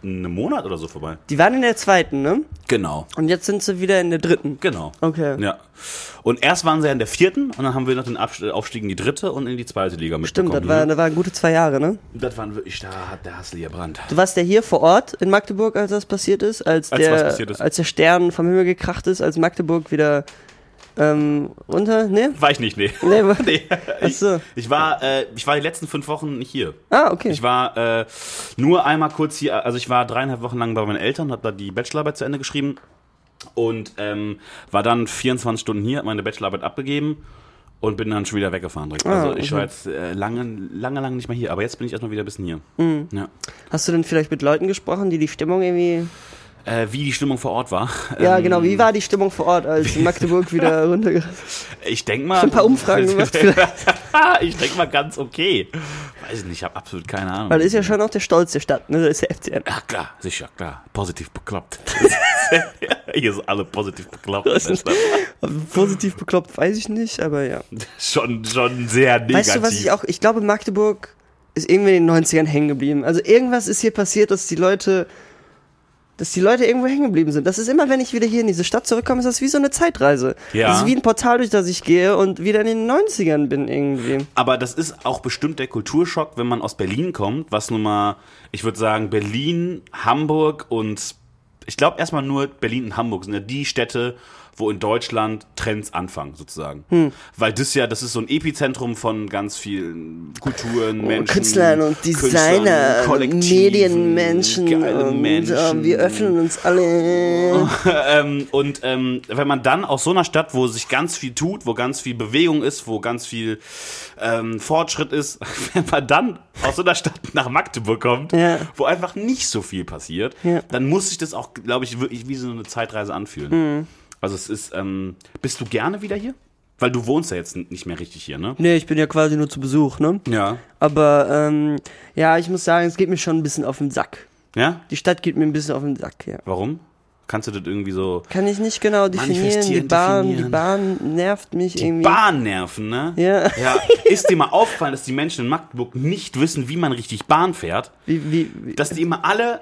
S3: einem Monat oder so vorbei.
S4: Die waren in der zweiten, ne?
S3: Genau.
S4: Und jetzt sind sie wieder in der dritten.
S3: Genau.
S4: Okay.
S3: Ja. Und erst waren sie ja in der vierten und dann haben wir noch den Abst- Aufstieg in die dritte und in die zweite Liga mitbekommen.
S4: Stimmt, das, war,
S3: ne?
S4: das waren gute zwei Jahre, ne?
S3: das waren wirklich, da hat der Hassel gebrannt.
S4: Du warst ja hier vor Ort in Magdeburg, als das passiert ist, als,
S3: Als was
S4: der,
S3: passiert ist.
S4: als der Stern vom Himmel gekracht ist, als Magdeburg wieder ähm, runter. Ne?
S3: War ich nicht, nee.
S4: Nee, wa- Ach
S3: Ich,
S4: so.
S3: ich, war, äh, ich war die letzten fünf Wochen nicht hier.
S4: Ah, okay.
S3: Ich war äh, nur einmal kurz hier, also ich war dreieinhalb Wochen lang bei meinen Eltern, habe da die Bachelorarbeit zu Ende geschrieben und ähm, war dann 24 Stunden hier, habe meine Bachelorarbeit abgegeben und bin dann schon wieder weggefahren direkt.
S4: Ah,
S3: Also ich war jetzt äh, lange, lange, lange nicht mehr
S4: Hm.
S3: hier, aber jetzt bin ich erstmal wieder ein bisschen hier. Ja.
S4: Hast du denn vielleicht mit Leuten gesprochen, die die Stimmung irgendwie
S3: äh, wie die Stimmung vor Ort war.
S4: Ja,
S3: Ähm,
S4: genau. Wie war die Stimmung vor Ort, als Magdeburg wieder runtergegangen ist?
S3: Ich denke mal.
S4: Ein paar Umfragen gemacht vielleicht.
S3: ich denke mal ganz okay. Weiß ich nicht, ich habe absolut keine Ahnung.
S4: Weil das ist ja schon auch der Stolz der Stadt, ne? Das ist der FCN.
S3: Ja, klar, sicher, klar. Positiv bekloppt. Hier sind alle positiv bekloppt. Das ist
S4: Positiv bekloppt, weiß ich nicht, aber ja.
S3: schon, schon sehr negativ.
S4: Weißt du, was ich auch, ich glaube, Magdeburg ist irgendwie in den 90ern hängen geblieben. Also irgendwas ist hier passiert, dass die Leute, dass die Leute irgendwo hängen geblieben sind. Das ist immer, wenn ich wieder hier in diese Stadt zurückkomme, ist das wie so eine Zeitreise.
S3: Ja.
S4: Das ist wie ein Portal, durch das ich gehe und wieder in den 90ern bin irgendwie.
S3: Aber das ist auch bestimmt der Kulturschock, wenn man aus Berlin kommt, was nun mal, ich würde sagen, Berlin, Hamburg und ich glaube erstmal nur Berlin und Hamburg sind ja die Städte, wo in Deutschland Trends anfangen, sozusagen.
S4: Hm.
S3: Weil das ja, das ist so ein Epizentrum von ganz vielen Kulturen, Menschen.
S4: Oh, Künstlern und
S3: Künstlern,
S4: Designer,
S3: Kollektiven,
S4: Medienmenschen
S3: geile
S4: und
S3: Menschen.
S4: äh, wir öffnen uns alle.
S3: ähm, und ähm, wenn man dann aus so einer Stadt, wo sich ganz viel tut, wo ganz viel Bewegung ist, wo ganz viel ähm, Fortschritt ist, wenn man dann aus so einer Stadt nach Magdeburg kommt,
S4: Ja.
S3: wo einfach nicht so viel passiert,
S4: Ja.
S3: dann muss sich das auch, glaube ich, wirklich wie so eine Zeitreise anfühlen.
S4: Mhm.
S3: Also es ist, ähm, bist du gerne wieder hier? Weil du wohnst ja jetzt n- nicht mehr richtig hier, ne?
S4: Nee, ich bin ja quasi nur zu Besuch, ne?
S3: Ja.
S4: Aber ähm, ja, ich muss sagen, es geht mir schon ein bisschen auf den Sack.
S3: Ja?
S4: Die Stadt geht mir ein bisschen auf den Sack, ja.
S3: Warum? Kannst du das irgendwie so
S4: Kann ich nicht genau definieren. Die
S3: Manifestieren,
S4: Bahn,
S3: definieren.
S4: die Bahn nervt mich irgendwie.
S3: Bahnnerven, ne?
S4: Ja.
S3: ja. Ist dir mal aufgefallen, dass die Menschen in Magdeburg nicht wissen, wie man richtig Bahn fährt?
S4: Wie, wie, wie,
S3: dass die immer alle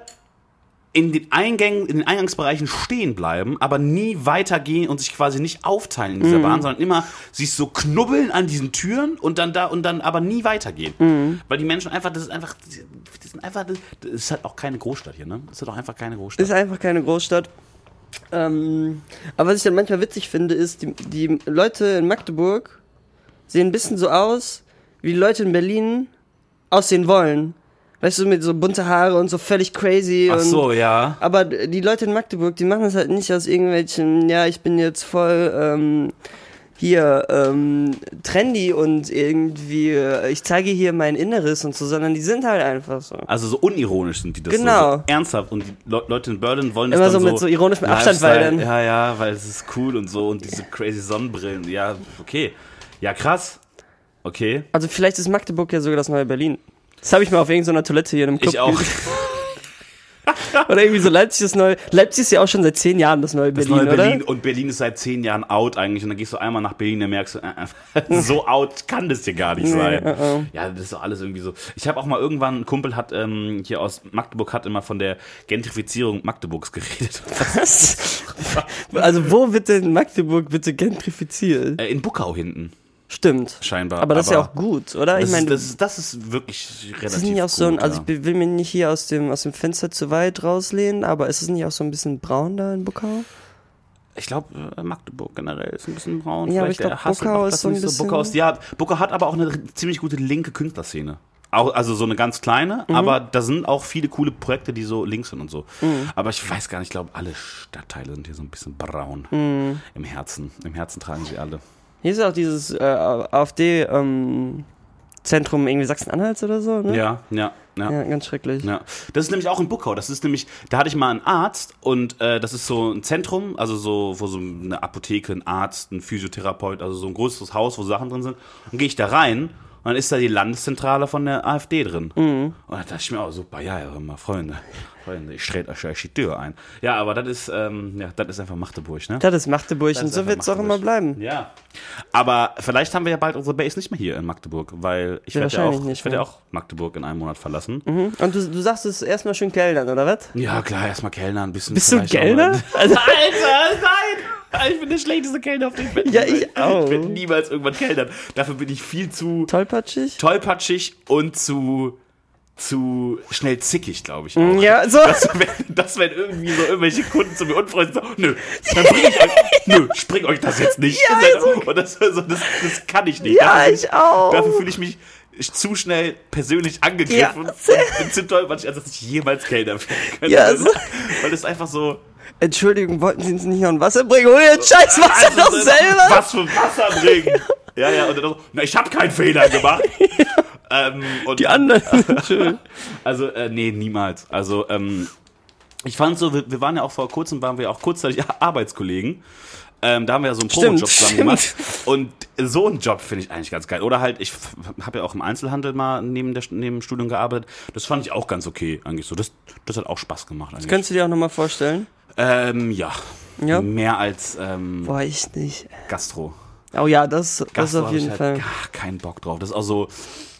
S3: in den Eingängen, in den Eingangsbereichen stehen bleiben, aber nie weitergehen und sich quasi nicht aufteilen in
S4: Mm.
S3: dieser Bahn, sondern immer sich so knubbeln an diesen Türen und dann da und dann aber nie weitergehen.
S4: Mm.
S3: Weil die Menschen einfach, das ist einfach, das sind einfach, das ist halt auch keine Großstadt hier, ne? Das ist doch einfach keine Großstadt.
S4: ist einfach keine Großstadt. Ähm, aber was ich dann manchmal witzig finde, ist, die, die Leute in Magdeburg sehen ein bisschen so aus, wie die Leute in Berlin aussehen wollen. Weißt du, mit so bunte Haare und so völlig crazy.
S3: Ach
S4: und
S3: so, ja.
S4: Aber die Leute in Magdeburg, die machen das halt nicht aus irgendwelchen, ja, ich bin jetzt voll ähm, hier ähm, trendy und irgendwie, äh, ich zeige hier mein Inneres und so, sondern die sind halt einfach so.
S3: Also so unironisch sind die das
S4: Genau.
S3: so, so ernsthaft und die Le Leute in Berlin wollen
S4: Immer
S3: das dann
S4: so mit so ironischem Abstand, weil
S3: Lifestyle,
S4: dann-
S3: ja ja, weil es ist cool und so und diese crazy Sonnenbrillen, ja okay, ja krass, okay.
S4: Also vielleicht ist Magdeburg ja sogar das neue Berlin. Das habe ich mal auf irgendeiner Toilette hier in einem Club
S3: Ich auch.
S4: gesehen. Oder irgendwie so Leipzig ist neu. Leipzig ist ja auch schon seit zehn Jahren das neue
S3: Das
S4: Berlin,
S3: neue
S4: oder?
S3: Berlin und Berlin ist seit zehn Jahren out eigentlich und dann gehst du einmal nach Berlin und merkst du, äh, äh, so out kann das hier gar nicht sein.
S4: uh-uh.
S3: Ja, das ist doch alles irgendwie so. Ich habe auch mal irgendwann, ein Kumpel hat ähm, hier aus Magdeburg hat immer von der Gentrifizierung Magdeburgs geredet.
S4: Also wo wird denn Magdeburg bitte gentrifiziert?
S3: Äh, In Buckau hinten.
S4: Stimmt.
S3: Scheinbar,
S4: Aber das ist ja
S3: aber-
S4: auch gut, oder?
S3: Das,
S4: ich meine,
S3: ist, das, ist- das ist wirklich relativ
S4: Ist es nicht auch so ein,
S3: gut,
S4: also
S3: ja.
S4: ich be- will mir nicht hier aus dem, aus dem Fenster zu weit rauslehnen, aber ist es nicht auch so ein bisschen braun da in Buckau?
S3: Ich glaube, Magdeburg generell ist ein bisschen braun.
S4: Ja, aber
S3: Vielleicht
S4: ich glaub,
S3: der Hassel
S4: Buckau
S3: macht
S4: ist
S3: das
S4: so ein
S3: nicht
S4: bisschen-
S3: Buckau ist, ja, Buckau hat aber auch eine r- ziemlich gute linke Künstlerszene. Auch, also so eine ganz kleine,
S4: Mhm.
S3: aber da sind auch viele coole Projekte, die so links sind und so.
S4: Mhm.
S3: Aber ich weiß gar nicht, ich glaube, alle Stadtteile sind hier so ein bisschen braun.
S4: Mhm.
S3: Im Herzen. Im Herzen tragen sie alle.
S4: Hier ist auch dieses äh, AfD-Zentrum ähm, irgendwie Sachsen-Anhalts oder so, ne?
S3: Ja, ja, ja.
S4: Ja, ganz schrecklich.
S3: Ja, das ist nämlich auch in Buckau. Das ist nämlich, da hatte ich mal einen Arzt und äh, das ist so ein Zentrum, also so, wo so eine Apotheke, ein Arzt, ein Physiotherapeut, also so ein größeres Haus, wo Sachen drin sind. Und gehe ich da rein und dann ist da die Landeszentrale von der AfD drin.
S4: Mhm.
S3: Und da dachte ich mir auch, super, ja, ja, hör mal, Freunde, Freunde, ich trete euch euch die Tür ein. Ja, aber das ist, ähm, ja, das ist einfach Magdeburg, ne?
S4: Das ist Magdeburg und
S3: ist
S4: so
S3: einfach
S4: wird es auch immer
S3: Magdeburg.
S4: bleiben.
S3: Ja. Aber vielleicht haben wir ja bald unsere Base nicht mehr hier in Magdeburg, weil ich
S4: Ja,
S3: werde ja, auch-
S4: wahrscheinlich nicht, Mhm.
S3: ich werd ja
S4: ne?
S3: auch Magdeburg in einem Monat verlassen.
S4: Und du, du sagst es erstmal schön kellnern, oder was?
S3: Ja, klar, erstmal Kellner ein bisschen.
S4: Bist du ein
S3: vielleicht auch
S4: Kellner?
S3: mal-
S4: Also,
S3: Alter, nein! Ah, Ich bin der schlechteste Kellner auf dem Welt.
S4: Ja, ich auch.
S3: Ich werde niemals irgendwann Kellnern. Dafür bin ich viel zu
S4: tollpatschig?
S3: tollpatschig und zu zu schnell zickig, glaube ich. Auch.
S4: Ja, so.
S3: Das, wenn, das, wenn irgendwie so irgendwelche Kunden zu mir unfreundlich sagen, nö, dann bring ich euch, nö, ich bring euch das jetzt nicht.
S4: Ja,
S3: Ihr seid-
S4: also-
S3: und das, also, das, das kann ich nicht.
S4: Ja,
S3: Dafür bin
S4: ich auch.
S3: Dafür fühle ich mich zu schnell persönlich
S4: Ja.
S3: angegriffen und bin zu tollpatschig, als dass ich jemals Kellner werden könnte.
S4: Ja,
S3: Das
S4: so.
S3: ist- Weil das einfach so...
S4: Entschuldigung, wollten Sie uns nicht noch ein Wasser bringen? Hol dir ein scheiß Wasser
S3: Also,
S4: doch
S3: das-
S4: selber!
S3: Was für Wasser bringen. Ja, ja, und dann so, na, ich habe keinen Fehler gemacht. ähm, und
S4: Die anderen. Schön.
S3: Also, äh, nee, niemals. Also, ähm, Ich fand so, wir, wir waren ja auch vor kurzem, waren wir auch kurzzeitig Arbeitskollegen. Ähm, da haben wir ja so einen
S4: Stimmt,
S3: Promo-Job zusammen gemacht. Und so einen Job finde ich eigentlich ganz geil. Oder halt, ich habe ja auch im Einzelhandel mal neben, der, neben dem Studium gearbeitet. Das fand ich auch ganz okay eigentlich so. Das, das hat auch Spaß gemacht eigentlich.
S4: Könntest du dir auch nochmal vorstellen?
S3: Ähm, ja.
S4: Ja.
S3: Mehr als ähm,
S4: Boah, ich nicht.
S3: Gastro.
S4: Oh ja, das, das
S3: Gastro
S4: auf
S3: hab ich
S4: jeden
S3: halt
S4: Fall.
S3: Gar keinen Bock drauf. Das ist auch so.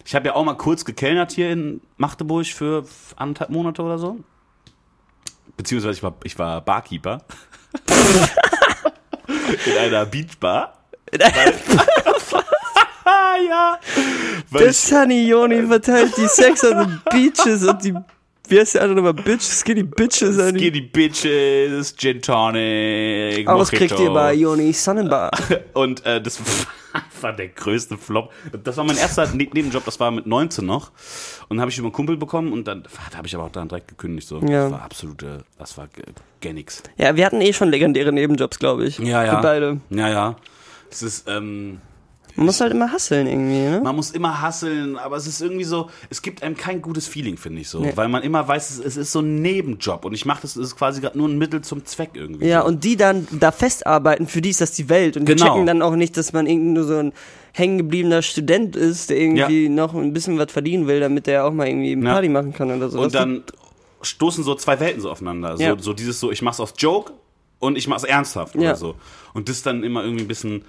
S3: Ich habe ja auch mal kurz gekellnert hier in Magdeburg für anderthalb Monate oder so. Beziehungsweise ich war, ich war Barkeeper. in einer Beachbar. Weil- ja. Weil
S4: Der Sunny Yoni verteilt die Sex an the Beaches und die. Wie heißt der andere nochmal? Bitch, Skinny Bitches. an
S3: ich
S4: die-
S3: Skinny Bitches, Gin Tonic,
S4: Aber was kriegt ihr
S3: Mojito.
S4: bei Yoni Sonnenbar?
S3: Und äh, das war der größte Flop. Das war mein erster Ne- Nebenjob, das war mit 19 noch. Und dann habe ich über einen Kumpel bekommen und dann ah, da habe ich aber auch dann direkt gekündigt. So.
S4: Ja.
S3: Das war absolute, das war ge- gar nix.
S4: Ja, wir hatten eh schon legendäre Nebenjobs, glaube ich. Für beide.
S3: Ja, ja. Es ist, ähm,
S4: Man muss halt immer hasseln irgendwie, ne?
S3: man muss immer hasseln, aber es ist irgendwie so, es gibt einem kein gutes Feeling, finde ich so. Weil man immer weiß, es, es ist so ein Nebenjob und ich mache das, es ist quasi gerade nur ein Mittel zum Zweck irgendwie.
S4: Ja,
S3: so.
S4: und die dann da festarbeiten, für die ist das die Welt. Und die
S3: Genau.
S4: checken dann auch nicht, dass man irgendwie nur so ein hängengebliebener Student ist, der irgendwie noch ein bisschen was verdienen will, damit der auch mal irgendwie eine
S3: Ja.
S4: Party machen kann oder so. Das
S3: und dann stoßen so zwei Welten so aufeinander. So,
S4: Ja.
S3: so dieses so, ich mach's aus Joke und ich mach's ernsthaft
S4: Ja.
S3: oder so. Und das ist dann immer irgendwie ein bisschen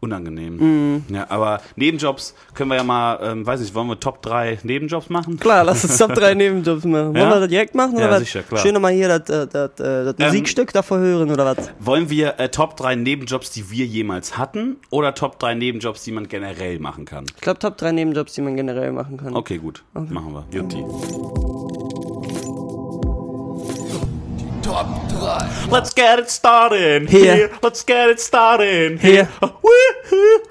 S3: unangenehm.
S4: Mhm.
S3: Ja, aber Nebenjobs können wir ja mal, ähm, weiß nicht, wollen wir Top 3 Nebenjobs machen?
S4: Klar, lass uns Top 3 Nebenjobs machen. Wollen
S3: Ja?
S4: wir das direkt machen?
S3: Ja,
S4: oder was?
S3: sicher, klar. Ähm,
S4: Schön nochmal hier das, äh, das, äh, das Musikstück davor hören oder was?
S3: Wollen wir äh, Top 3 Nebenjobs, die wir jemals hatten oder Top 3 Nebenjobs, die man generell machen kann?
S4: Ich glaube, Top 3 Nebenjobs, die man generell machen kann.
S3: Okay, gut. Machen wir. Jutti.
S6: Top 3.
S3: Let's get it started.
S4: Here.
S3: Let's get it started.
S4: Here.
S3: Woohoo.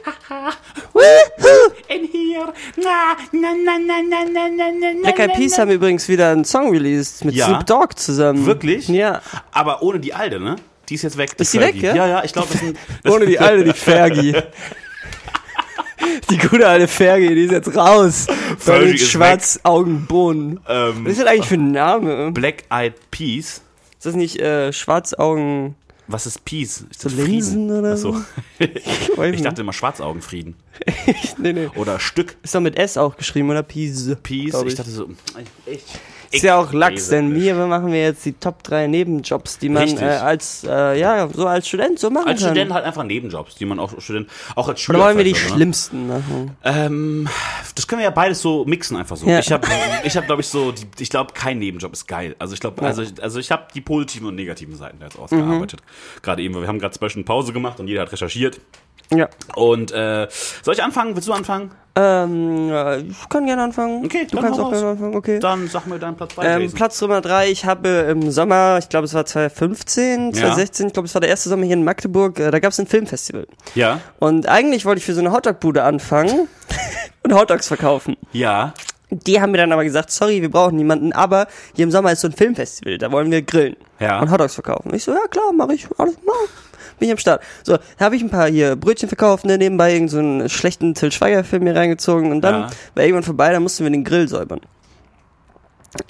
S3: In here. Na, na, na, na, na, na, na, na, na.
S4: Black Eyed Peas haben übrigens wieder einen Song released mit
S3: Ja.
S4: Snoop Dogg zusammen.
S3: Wirklich?
S4: Ja.
S3: Aber ohne die alte, ne? Die ist jetzt weg.
S4: Ist die
S3: Fergie.
S4: weg, ja?
S3: Ja, ja, ich glaube, das sind. Das
S4: Ohne die alte, die Fergie. Die gute alte Fergie, die ist jetzt raus. Völlig
S3: ist
S4: schwarz, Augenbohnen. Was ist das eigentlich für ein Name?
S3: ähm, Black Eyed Peas.
S4: Ist das nicht äh, Schwarzaugen?
S3: Was ist Peas? Ist das
S4: So Linsen
S3: Frieden?
S4: oder
S3: Achso.
S4: so? weiß
S3: ich
S4: nicht.
S3: dachte immer Schwarzaugenfrieden.
S4: Nee, nee.
S3: Oder Stück
S4: Ist doch mit S auch geschrieben, oder? Peas.
S3: Peas.
S4: glaub
S3: Ich
S4: ich.
S3: dachte so. Ich,
S4: Ist ja auch Lachs,
S3: lese
S4: denn
S3: nicht.
S4: wir machen wir jetzt die Top 3 Nebenjobs, die man
S3: Richtig.
S4: äh, als, äh, ja, so als Student so machen
S3: Als
S4: kann.
S3: Student halt einfach Nebenjobs, die man auch Student, auch als Schüler.
S4: oder wollen wir die
S3: vielleicht auch, ne?
S4: schlimmsten machen?
S3: Ähm, das können wir ja beides so mixen einfach so.
S4: Ja.
S3: Ich habe, ich hab, glaube ich so, die, ich glaube kein Nebenjob ist geil. Also ich glaube, also ich, also ich habe die positiven und negativen Seiten da jetzt
S4: Mhm.
S3: ausgearbeitet. Gerade eben, weil wir haben gerade zwischen Pause gemacht und jeder hat recherchiert.
S4: Ja.
S3: Und äh, soll ich anfangen? Willst du anfangen?
S4: Ähm, ja, ich kann gerne anfangen.
S3: Okay,
S4: du
S3: dann
S4: kannst
S3: hau
S4: auch
S3: raus.
S4: gerne anfangen, okay.
S3: Dann sag mir deinen Platz 3.
S4: Ähm, Platz Nummer drei. ich habe im Sommer, ich glaube es war 2015, 2016, ich glaube es war der erste Sommer hier in Magdeburg, äh, da gab es ein Filmfestival.
S3: ja,
S4: Und eigentlich wollte ich für so eine Hotdog-Bude anfangen und Hotdogs verkaufen.
S3: ja.
S4: Die haben mir dann aber gesagt, sorry, wir brauchen niemanden, aber hier im Sommer ist so ein Filmfestival, da wollen wir grillen
S3: Ja.
S4: und Hotdogs verkaufen. Ich so, ja klar, mache ich, alles mal. Bin ich am Start. So, da habe ich ein paar hier Brötchen verkauft, ne, nebenbei irgendeinen so einen schlechten Till Schweiger-Film mir reingezogen und dann
S3: Ja.
S4: war irgendwann vorbei, dann mussten wir den Grill säubern.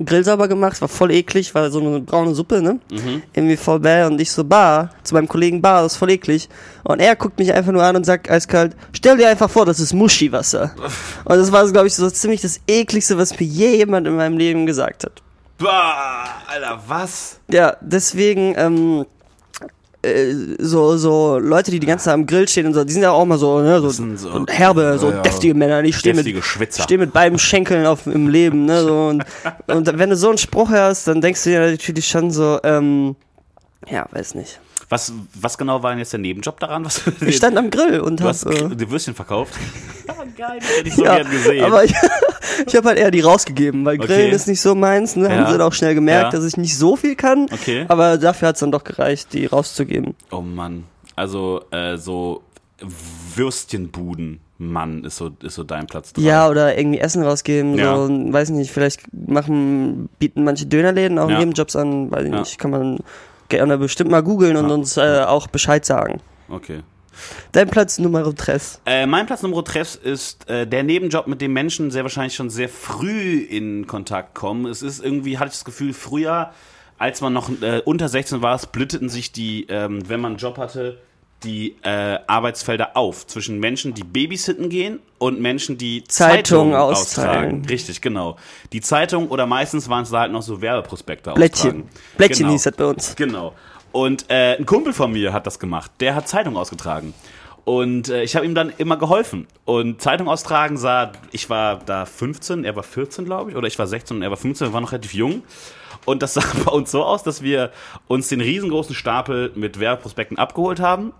S4: Grill sauber gemacht, war voll eklig, war so eine braune Suppe, ne?
S3: Mhm.
S4: Irgendwie voll bäh und ich so, bah, zu meinem Kollegen, bah, das ist voll eklig. Und er guckt mich einfach nur an und sagt eiskalt, stell dir einfach vor, das ist Muschiwasser. und das war, glaube ich, so ziemlich das ekligste, was mir je jemand in meinem Leben gesagt hat.
S3: Bah, Alter, was?
S4: Ja, deswegen, ähm, äh, so, so Leute, die die ganze Zeit am Grill stehen und so, die sind ja auch mal so, ne, so,
S3: sind
S4: so
S3: so-
S4: herbe, so
S3: Ja, ja.
S4: deftige Männer, die stehen
S3: Deftige
S4: mit,
S3: Schwitzer.
S4: stehen mit beiden Schenkeln auf, im Leben, ne, so, und, und wenn du so einen Spruch hörst, dann denkst du dir natürlich schon so, ähm, ja, weiß nicht.
S3: Was, was genau war denn jetzt der Nebenjob daran? Was,
S4: Ich stand am Grill und
S3: du hast
S4: hab, äh,
S3: die Würstchen verkauft. Ah, Geil, das hätte ich so
S4: ja,
S3: gern gesehen.
S4: aber ich, ich habe halt eher die rausgegeben, weil Grillen
S3: Okay.
S4: ist nicht so meins, ne, haben
S3: Ja.
S4: sie dann auch schnell gemerkt,
S3: Ja.
S4: dass ich nicht so viel kann,
S3: Okay.
S4: aber dafür hat's dann doch gereicht, die rauszugeben.
S3: Oh Mann. Also, äh, so Würstchenbuden, Mann, ist so, ist so dein Platz drei.
S4: Ja, oder irgendwie Essen rausgeben,
S3: Ja.
S4: so, weiß nicht, vielleicht machen, bieten manche Dönerläden auch
S3: Ja.
S4: Nebenjobs an, weiß ich
S3: Ja.
S4: nicht, kann man gerne bestimmt mal googeln und uns äh, auch Bescheid sagen.
S3: Okay.
S4: Dein Platz Nummer 3.
S3: Äh, mein Platz Nummer 3 ist äh, der Nebenjob, mit dem Menschen sehr wahrscheinlich schon sehr früh in Kontakt kommen. Es ist irgendwie, hatte ich das Gefühl, früher als man noch äh, unter 16 war, splitteten sich die, ähm, wenn man einen Job hatte, die äh, Arbeitsfelder auf zwischen Menschen, die babysitten gehen und Menschen, die Zeitungen
S4: Zeitungen
S3: austragen.
S4: austragen.
S3: Richtig, genau. Die Zeitung oder meistens waren es da halt noch so Werbeprospekte
S4: Blättchen.
S3: austragen.
S4: Blättchen
S3: Genau.
S4: hieß das bei uns.
S3: Genau. Und äh, ein Kumpel von mir hat das gemacht. Der hat Zeitung ausgetragen. Und äh, ich habe ihm dann immer geholfen. Und Zeitung austragen sah, ich war da 15, er war 14, glaube ich, oder ich war 16 und er war 15, wir waren noch relativ jung. Und das sah bei uns so aus, dass wir uns den riesengroßen Stapel mit Werbeprospekten abgeholt haben.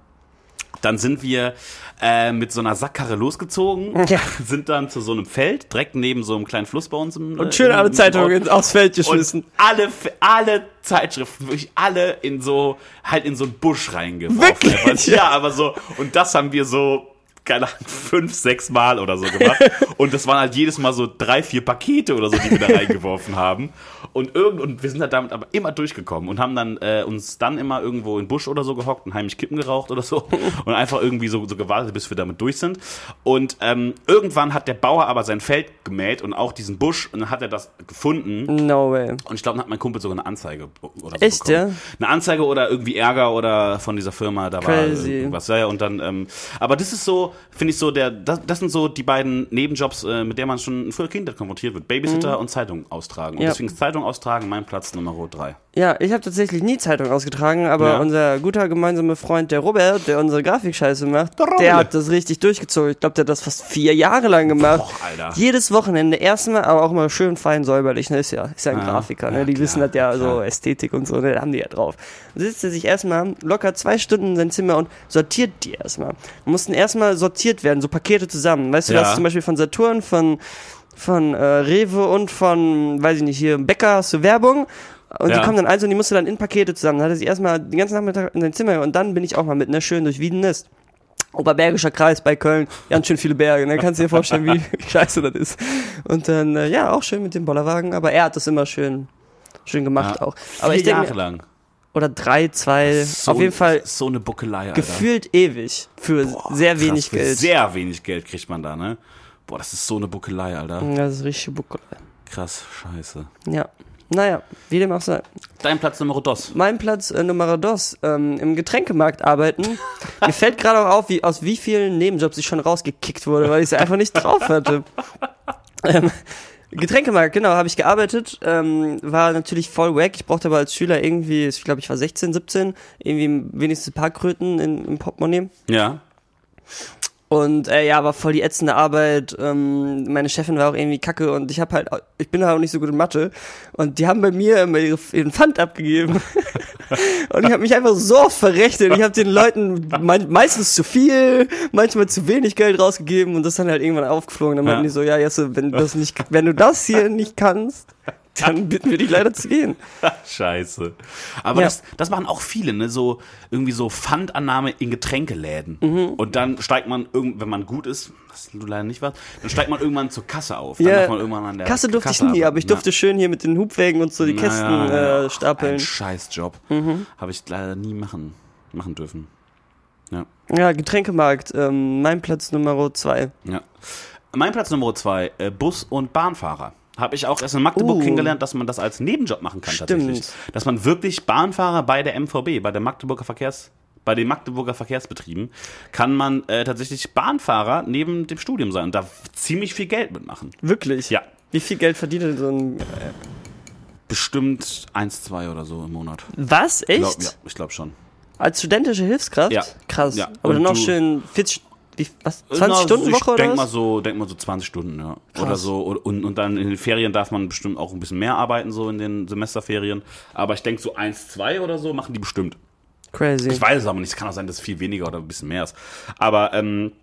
S3: Dann sind wir äh, mit so einer Sackkarre losgezogen,
S4: Ja.
S3: sind dann zu so einem Feld, direkt neben so einem kleinen Fluss bei uns. Im, äh,
S4: Und schön
S3: im-
S4: alle
S3: im
S4: Zeitungen
S3: Ort.
S4: ins- aufs Feld
S3: Und
S4: geschmissen.
S3: alle, alle Zeitschriften, wirklich alle in so, halt in so einen Busch reingeworfen.
S4: Wirklich?
S3: Einfach, ja, aber so, und das haben wir so, keine Ahnung, fünf, sechs Mal oder so gemacht. und das waren halt jedes Mal so drei, vier Pakete oder so, die wir da reingeworfen haben. Und irgend, und wir sind halt damit aber immer durchgekommen und haben dann äh, uns dann immer irgendwo in den Busch oder so gehockt und heimlich Kippen geraucht oder so und einfach irgendwie so, so gewartet, bis wir damit durch sind. Und ähm, irgendwann hat der Bauer aber sein Feld gemäht und auch diesen Busch und dann hat er das gefunden
S4: No way.
S3: und ich glaube, dann hat mein Kumpel sogar eine Anzeige oder so
S4: Echt,
S3: bekommen. Eine Anzeige oder irgendwie Ärger oder von dieser Firma, da war
S4: Crazy.
S3: irgendwas. Ja, ja, und dann, ähm, aber das ist so, finde ich so, der, das, das sind so die beiden Nebenjobs, äh, mit der man schon früher Kindheit konfrontiert wird. Babysitter und Zeitung austragen. Und
S4: Mhm. Ja.
S3: deswegen ist Zeitung austragen mein Platz Nummer drei.
S4: Ja, ich habe tatsächlich nie Zeitung ausgetragen, aber
S3: Ja.
S4: unser guter gemeinsamer Freund, der Robert, der unsere Grafikscheiße macht,
S3: Der Robert.
S4: der hat das richtig durchgezogen. Ich glaube, der hat das fast vier Jahre lang gemacht.
S3: Boah, Alter.
S4: Jedes Wochenende, erstmal, aber auch mal schön fein säuberlich. Ne? Ist ja, ist ja ein
S3: Ja,
S4: Grafiker,
S3: ja,
S4: ne? die
S3: klar,
S4: wissen das ja so
S3: klar.
S4: Ästhetik und so, ne? da haben die ja drauf. Dann sitzt er sich erstmal locker zwei Stunden in sein Zimmer und sortiert die erstmal. Mussten erstmal sortiert werden, so Pakete zusammen. Weißt du,
S3: Ja.
S4: das zum Beispiel von Saturn, von von äh, Rewe und von, weiß ich nicht, hier Bäcker hast du Werbung. Und
S3: Ja.
S4: die kommen dann also und die musst du dann in Pakete zusammen. Dann hatte sie erstmal den ganzen Nachmittag in sein Zimmer und dann bin ich auch mal mit einer schön durch Wieden ist. Oberbergischer Kreis bei Köln, ganz schön viele Berge, ne? Kannst du dir vorstellen, wie, wie scheiße das ist. Und dann, äh, ja, auch schön mit dem Bollerwagen, aber er hat das immer schön, schön gemacht auch. Aber
S3: Vier
S4: ich
S3: Jahre
S4: denke, mir-
S3: lang.
S4: oder drei, zwei,
S3: So-
S4: auf jeden Fall
S3: So eine Buckelei, Alter.
S4: gefühlt ewig für
S3: Boah,
S4: sehr
S3: krass,
S4: wenig
S3: für
S4: Geld.
S3: Sehr wenig Geld kriegt man da, ne? Boah, das ist so eine Buckelei, Alter.
S4: ja, das ist richtig Buckel.
S3: Krass, scheiße.
S4: Ja. Naja, wie dem auch sei.
S3: Dein Platz Nummer dos.
S4: Mein Platz äh, Nummer dos, ähm, im Getränkemarkt arbeiten. Mir fällt gerade auch auf, wie, aus wie vielen Nebenjobs ich schon rausgekickt wurde, weil ich es einfach nicht drauf hatte. Ähm, Getränkemarkt, genau, habe ich gearbeitet. Ähm, war natürlich voll wack. Ich brauchte aber als Schüler irgendwie, ich glaube, ich war 16, 17, irgendwie wenigstens ein paar Kröten in, im Portemonnaie.
S3: Ja.
S4: Und äh, ja, war voll die ätzende Arbeit. Ähm, meine Chefin war auch irgendwie kacke und ich habe halt, ich bin halt auch nicht so gut in Mathe. Und die haben bei mir immer ihre, ihren Pfand abgegeben. und ich habe mich einfach so oft verrechnet. Ich habe den Leuten mein, meistens zu viel, manchmal zu wenig Geld rausgegeben und das dann halt irgendwann aufgeflogen. Dann meinten
S3: Ja.
S4: die so, ja, Jesse, wenn, du das nicht, wenn du das hier nicht kannst, dann bitten wir dich leider zu gehen.
S3: Scheiße. Aber
S4: Ja.
S3: das, das machen auch viele, ne? So irgendwie so Pfandannahme in Getränkeläden.
S4: Mhm.
S3: Und dann steigt man irgend, wenn man gut ist, was du leider nicht warst, dann steigt man irgendwann zur Kasse auf. Dann darf man irgendwann an der
S4: Kasse durfte ich nie,
S3: arbeiten.
S4: aber ich durfte schön hier mit den Hubwägen und so die
S3: Na,
S4: Kästen
S3: na, na.
S4: äh, stapeln.
S3: Ein Scheißjob.
S4: Mhm.
S3: Habe ich leider nie machen, machen dürfen. Ja.
S4: Ja, Getränkemarkt, ähm, mein Platz Nummer zwei.
S3: Ja. Mein Platz Nummer zwei, äh, Bus- und Bahnfahrer. Habe ich auch erst in Magdeburg
S4: Uh.
S3: kennengelernt, dass man das als Nebenjob machen kann
S4: Stimmt.
S3: tatsächlich. Dass man wirklich Bahnfahrer bei der MVB, bei der Magdeburger Verkehrs bei den Magdeburger Verkehrsbetrieben kann man äh, tatsächlich Bahnfahrer neben dem Studium sein und da ziemlich viel Geld mitmachen.
S4: Wirklich?
S3: Ja.
S4: Wie viel Geld verdient denn so ein.
S3: Bestimmt 1, 2 oder so im Monat.
S4: Was? Echt?
S3: Glaub, ja, ich glaube schon.
S4: Als studentische Hilfskraft?
S3: Ja.
S4: Krass.
S3: Ja.
S4: Aber
S3: Und
S4: dann noch
S3: du-
S4: schön 40. Wie, was? 20
S3: Na, also
S4: Stunden Woche
S3: ich
S4: oder
S3: denk
S4: was?
S3: mal so, denk mal so 20 Stunden, ja. Oder so und- und, und dann in den Ferien darf man bestimmt auch ein bisschen mehr arbeiten so in den Semesterferien, aber ich denke so 1, 2 oder so machen die bestimmt.
S4: Crazy.
S3: Ich weiß es aber nicht, es kann auch sein, dass es viel weniger oder ein bisschen mehr ist. Aber ähm,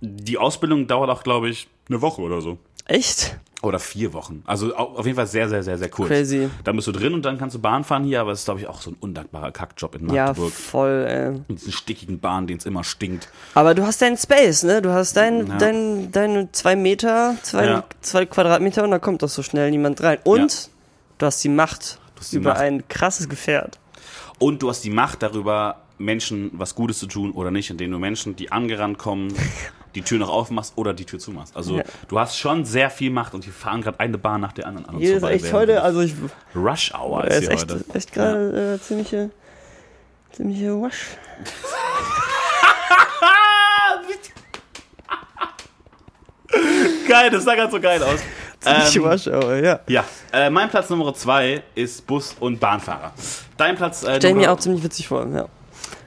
S3: die Ausbildung dauert auch, glaube ich, eine Woche oder so.
S4: Echt?
S3: Oder vier Wochen. Also au- auf jeden Fall sehr, sehr, sehr, sehr kurz.
S4: Crazy.
S3: Da bist du drin und dann kannst du Bahn fahren hier, aber es ist, glaube ich, auch so ein undankbarer Kackjob in
S4: Ja,
S3: Magdeburg.
S4: voll, ey.
S3: Mit diesen stickigen Bahnen, denen es immer stinkt.
S4: Aber du hast deinen Space, ne? Du hast dein,
S3: Ja.
S4: dein, deine zwei Meter, zwei,
S3: Ja.
S4: zwei Quadratmeter und da kommt doch so schnell niemand rein. Und du hast die Macht
S3: hast die
S4: über
S3: Macht.
S4: ein krasses Gefährt.
S3: Und du hast die Macht darüber, Menschen was Gutes zu tun oder nicht, indem du Menschen, die angerannt kommen, die Tür noch aufmachst oder die Tür zumachst. Also du hast schon sehr viel Macht und hier fahren gerade eine Bahn nach der anderen an uns
S4: Hier ist
S3: vorbei,
S4: echt
S3: während wir-
S4: heute, also ich,
S3: Rush Hour
S4: er
S3: ist,
S4: ist
S3: hier
S4: echt,
S3: heute.
S4: echt gerade äh, ziemliche, ziemliche Wasch.
S3: Geil, das sah gerade so geil aus.
S4: Ziemliche Wasch, aber ja.
S3: Ja, äh, mein Platz Nummer zwei ist Bus- und Bahnfahrer. Dein Platz. Äh,
S4: Stell mir
S3: Nummer-
S4: auch ziemlich witzig vor, ja.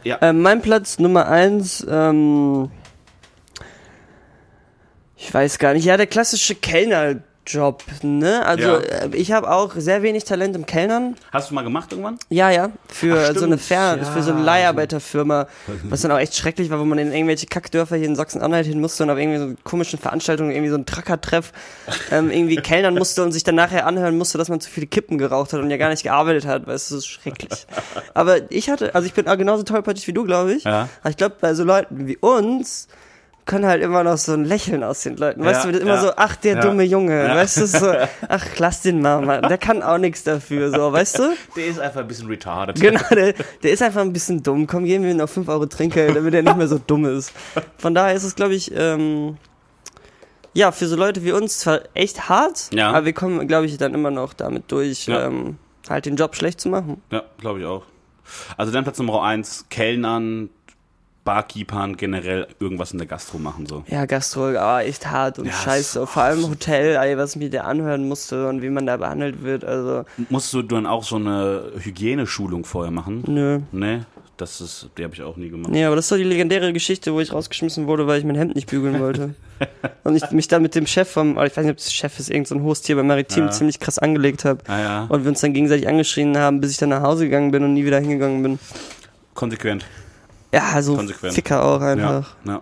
S3: Ja.
S4: Ähm, mein Platz Nummer eins, ähm, ich weiß gar nicht, ja, der klassische Kellnerjob, ne? Also
S3: Ja.
S4: äh, ich habe auch sehr wenig Talent im Kellnern.
S3: Hast du mal gemacht irgendwann?
S4: Ja, ja, für so eine
S3: stimmt.
S4: Fer
S3: Ja.
S4: für so eine Leiharbeiterfirma, was dann auch echt schrecklich war, wo man in irgendwelche Kackdörfer hier in Sachsen-Anhalt hin musste und auf irgendwie so komischen Veranstaltungen, irgendwie so einen Tracker-Treff, ähm, irgendwie kellnern musste und sich dann nachher anhören musste, dass man zu viele Kippen geraucht hat und ja gar nicht gearbeitet hat, weißt du, das ist schrecklich. Aber ich hatte, also ich bin auch genauso tollpatschig wie du, glaube ich.
S3: Ja.
S4: Aber ich glaube, bei so Leuten wie uns kann halt immer noch so ein Lächeln aus den Leuten,
S3: Ja,
S4: weißt du, das ist immer
S3: ja.
S4: so, ach, der
S3: Ja.
S4: dumme Junge,
S3: Ja.
S4: weißt du, so, ach, lass den mal, Mann, der kann auch nichts dafür, so, weißt du?
S3: Der ist einfach ein bisschen retarded.
S4: Genau, der, der ist einfach ein bisschen dumm. Komm, geben wir ihm noch 5 Euro Trinkgeld, damit er nicht mehr so dumm ist. Von daher ist es, glaube ich, ähm, ja, für so Leute wie uns zwar echt hart,
S3: Ja.
S4: aber wir kommen, glaube ich, dann immer noch damit durch,
S3: Ja.
S4: ähm, halt den Job schlecht zu machen.
S3: Ja, glaube ich auch. Also dein Platz Nummer eins, Kellnern, Barkeepern, generell irgendwas in der Gastro machen so.
S4: Ja, Gastro, ah, echt hart und
S3: Ja,
S4: scheiße. Vor allem Hotel, ey, was ich mir da anhören musste und wie man da behandelt wird. Also,
S3: Musst du dann auch so eine Hygieneschulung vorher machen?
S4: nö.
S3: Ne, das ist, die habe ich auch nie gemacht.
S4: Ja, aber das ist doch die legendäre Geschichte, wo ich rausgeschmissen wurde, weil ich mein Hemd nicht bügeln wollte. und ich mich dann mit dem Chef vom, ah, ich weiß nicht, ob das Chef ist, irgendein so ein Hostier beim Maritim,
S3: Ja.
S4: ziemlich krass angelegt habe.
S3: Ah ja.
S4: Und wir uns dann gegenseitig angeschrien haben, bis ich dann nach Hause gegangen bin und nie wieder hingegangen bin.
S3: Konsequent.
S4: Ja, so
S3: Konsequent.
S4: Ficker auch
S3: Ja,
S4: einfach.
S3: ja.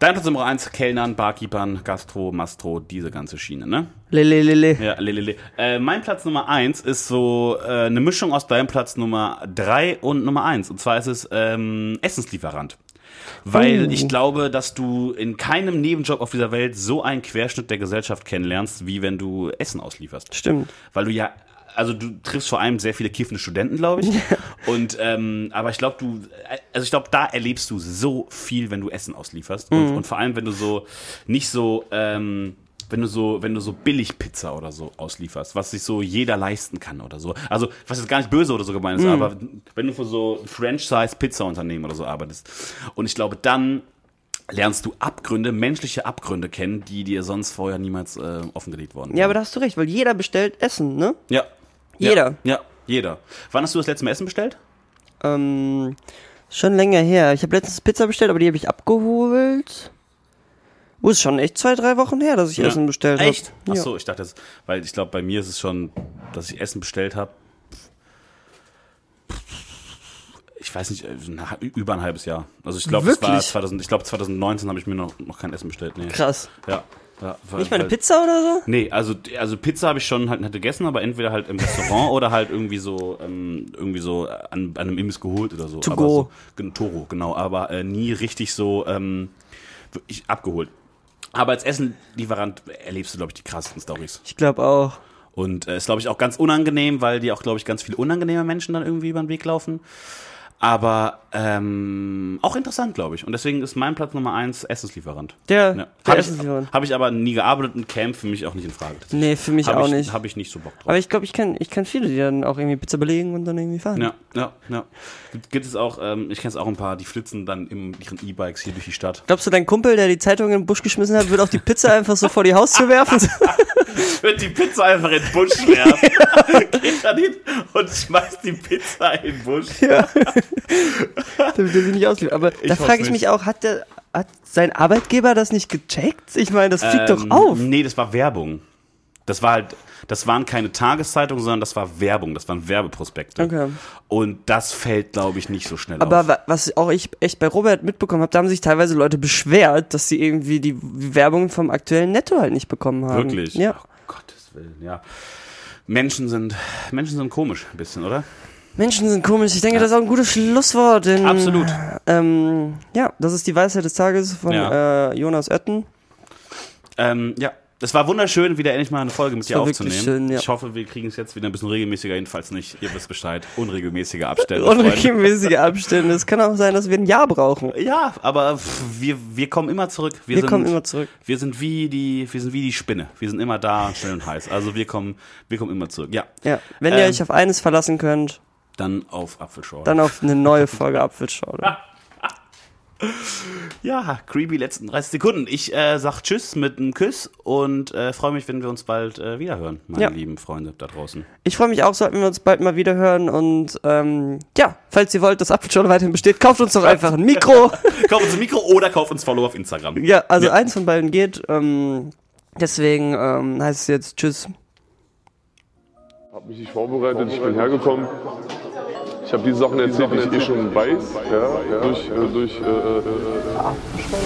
S3: Dein Platz Nummer eins, Kellnern, Barkeepern, Gastro, Mastro, diese ganze Schiene, ne?
S4: Lele, lele.
S3: Ja, lelele. Äh, mein Platz Nummer eins ist so äh, eine Mischung aus deinem Platz Nummer drei und Nummer eins. Und zwar ist es ähm, Essenslieferant. Weil
S4: Oh.
S3: ich glaube, dass du in keinem Nebenjob auf dieser Welt so einen Querschnitt der Gesellschaft kennenlernst, wie wenn du Essen auslieferst.
S4: Stimmt.
S3: Weil du ja, also du triffst vor allem sehr viele kiffende Studenten, glaube ich. Und ähm, aber ich glaube, du, also ich glaube, da erlebst du so viel, wenn du Essen auslieferst. Und, und vor allem, wenn du so nicht so, ähm, wenn du so, wenn du so billig Pizza oder so auslieferst, was sich so jeder leisten kann oder so. Also was jetzt gar nicht böse oder so gemeint ist, aber wenn du für so Franchise-Pizza-Unternehmen oder so arbeitest. Und ich glaube, dann lernst du Abgründe, menschliche Abgründe kennen, die dir sonst vorher niemals äh, offengelegt worden
S4: Ja, aber da hast du recht, weil jeder bestellt Essen, ne?
S3: ja.
S4: Jeder.
S3: Ja, ja, jeder. Wann hast du das letzte Mal Essen bestellt?
S4: Ähm, schon länger her. Ich habe letztens Pizza bestellt, aber die habe ich abgeholt. Oh, ist schon echt zwei, drei Wochen her, dass ich Essen bestellt habe.
S3: Echt? Ach so, ich dachte, das, weil ich glaube, bei mir ist es schon, dass ich Essen bestellt habe. Ich weiß nicht, äh, na, über ein halbes Jahr. Also ich glaube, es war
S4: Wirklich?
S3: 2000, ich glaube 2019 habe ich mir noch, noch kein Essen bestellt. Nee.
S4: Krass.
S3: Ja. ja weil-
S4: Nicht mal eine
S3: weil-
S4: Pizza oder so?
S3: Nee, also, also Pizza habe ich schon halt nicht gegessen, aber entweder halt im Restaurant oder halt irgendwie so, ähm, irgendwie so an, an einem Imbiss geholt oder so.
S4: To
S3: aber
S4: go.
S3: So, gen- Toro, genau, aber äh, nie richtig so ähm, wirklich abgeholt. Aber als Essenlieferant erlebst du, glaube ich, die krassesten Stories.
S4: Ich glaube auch.
S3: Und äh, ist, glaube ich, auch ganz unangenehm, weil dir auch, glaube ich, ganz viele unangenehme Menschen dann irgendwie über den Weg laufen. Aber ähm, auch interessant, glaube ich. Und deswegen ist mein Platz Nummer eins Essenslieferant.
S4: Der,
S3: Ja.
S4: der
S3: Habe
S4: Essenslieferant.
S3: ich, hab ich aber nie gearbeitet und käme für mich auch nicht in Frage.
S4: Nee, für mich
S3: Hab
S4: auch
S3: ich,
S4: nicht.
S3: Habe ich nicht so Bock drauf.
S4: Aber ich glaube, ich kann, ich kann viele, die dann auch irgendwie Pizza belegen und dann irgendwie fahren.
S3: ja, ja, ja. Gibt, gibt es auch, ähm, ich kenne es auch ein paar, die flitzen dann im, mit ihren E-Bikes hier durch die Stadt.
S4: Glaubst du, dein Kumpel, der die Zeitung in den Busch geschmissen hat, wird auch die Pizza einfach so vor die Haustür werfen?
S3: Wird die Pizza einfach in den Busch werfen. Geht dann hin und schmeißt die Pizza in den Busch.
S4: Damit er sie nicht ausliefert. Aber da
S3: hoff's
S4: frage ich mich
S3: nicht.
S4: auch, hat, der, hat sein Arbeitgeber das nicht gecheckt? Ich meine, das fliegt doch
S3: Ähm,
S4: auf.
S3: Nee, das war Werbung. Das war halt, das waren keine Tageszeitungen, sondern das war Werbung, das waren Werbeprospekte.
S4: Okay.
S3: Und das fällt, glaube ich, nicht so schnell
S4: Aber
S3: auf.
S4: wa- was auch ich echt bei Robert mitbekommen habe, da haben sich teilweise Leute beschwert, dass sie irgendwie die Werbung vom aktuellen Netto halt nicht bekommen haben.
S3: Wirklich?
S4: Ja.
S3: Oh, Gottes Willen, ja. Menschen sind, Menschen sind komisch ein bisschen, oder?
S4: Menschen sind komisch. Ich denke, das ist auch ein gutes Schlusswort. Denn,
S3: Absolut.
S4: Ähm, ja, das ist die Weisheit des Tages von
S3: Ja.
S4: äh, Jonas Oetten.
S3: Ähm, ja, Es war wunderschön, wieder endlich mal eine Folge mit dir
S4: war wirklich
S3: aufzunehmen.
S4: schön, ja.
S3: Ich hoffe, wir kriegen es jetzt wieder ein bisschen regelmäßiger, jedenfalls nicht. Ihr wisst Bescheid. Unregelmäßige Abstände. Freunde.
S4: Unregelmäßige Abstände. Es kann auch sein, dass wir ein Jahr brauchen.
S3: Ja, aber pff, wir, wir kommen immer zurück. Wir,
S4: Wir
S3: sind,
S4: kommen immer zurück.
S3: Wir sind wie die, wir sind wie die Spinne. Wir sind immer da, schnell und heiß. Also wir kommen, wir kommen immer zurück. Ja.
S4: Ja, wenn ihr
S3: Ähm.
S4: euch auf eines verlassen könnt,
S3: Dann auf Apfelschorle.
S4: dann auf eine neue Folge Apfelschorle.
S3: Ja, creepy letzten 30 Sekunden. Ich äh, sag Tschüss mit einem Kuss und äh, freue mich, wenn wir uns bald äh, wiederhören, meine
S4: Ja.
S3: lieben Freunde da draußen.
S4: Ich freue mich auch, sollten wir uns bald mal wieder hören und ähm, ja, falls ihr wollt, dass Apfelschorle weiterhin besteht, kauft uns doch einfach ein Mikro.
S3: Kauf uns ein Mikro oder kauf uns Follow auf Instagram.
S4: ja, also eins von beiden geht. Ähm, deswegen ähm, heißt es jetzt Tschüss.
S7: habe mich nicht vorbereitet, ich bin hergekommen. Ich habe die Sachen erzählt, die ich eh schon weiß, ja, durch, äh, durch äh, äh, äh,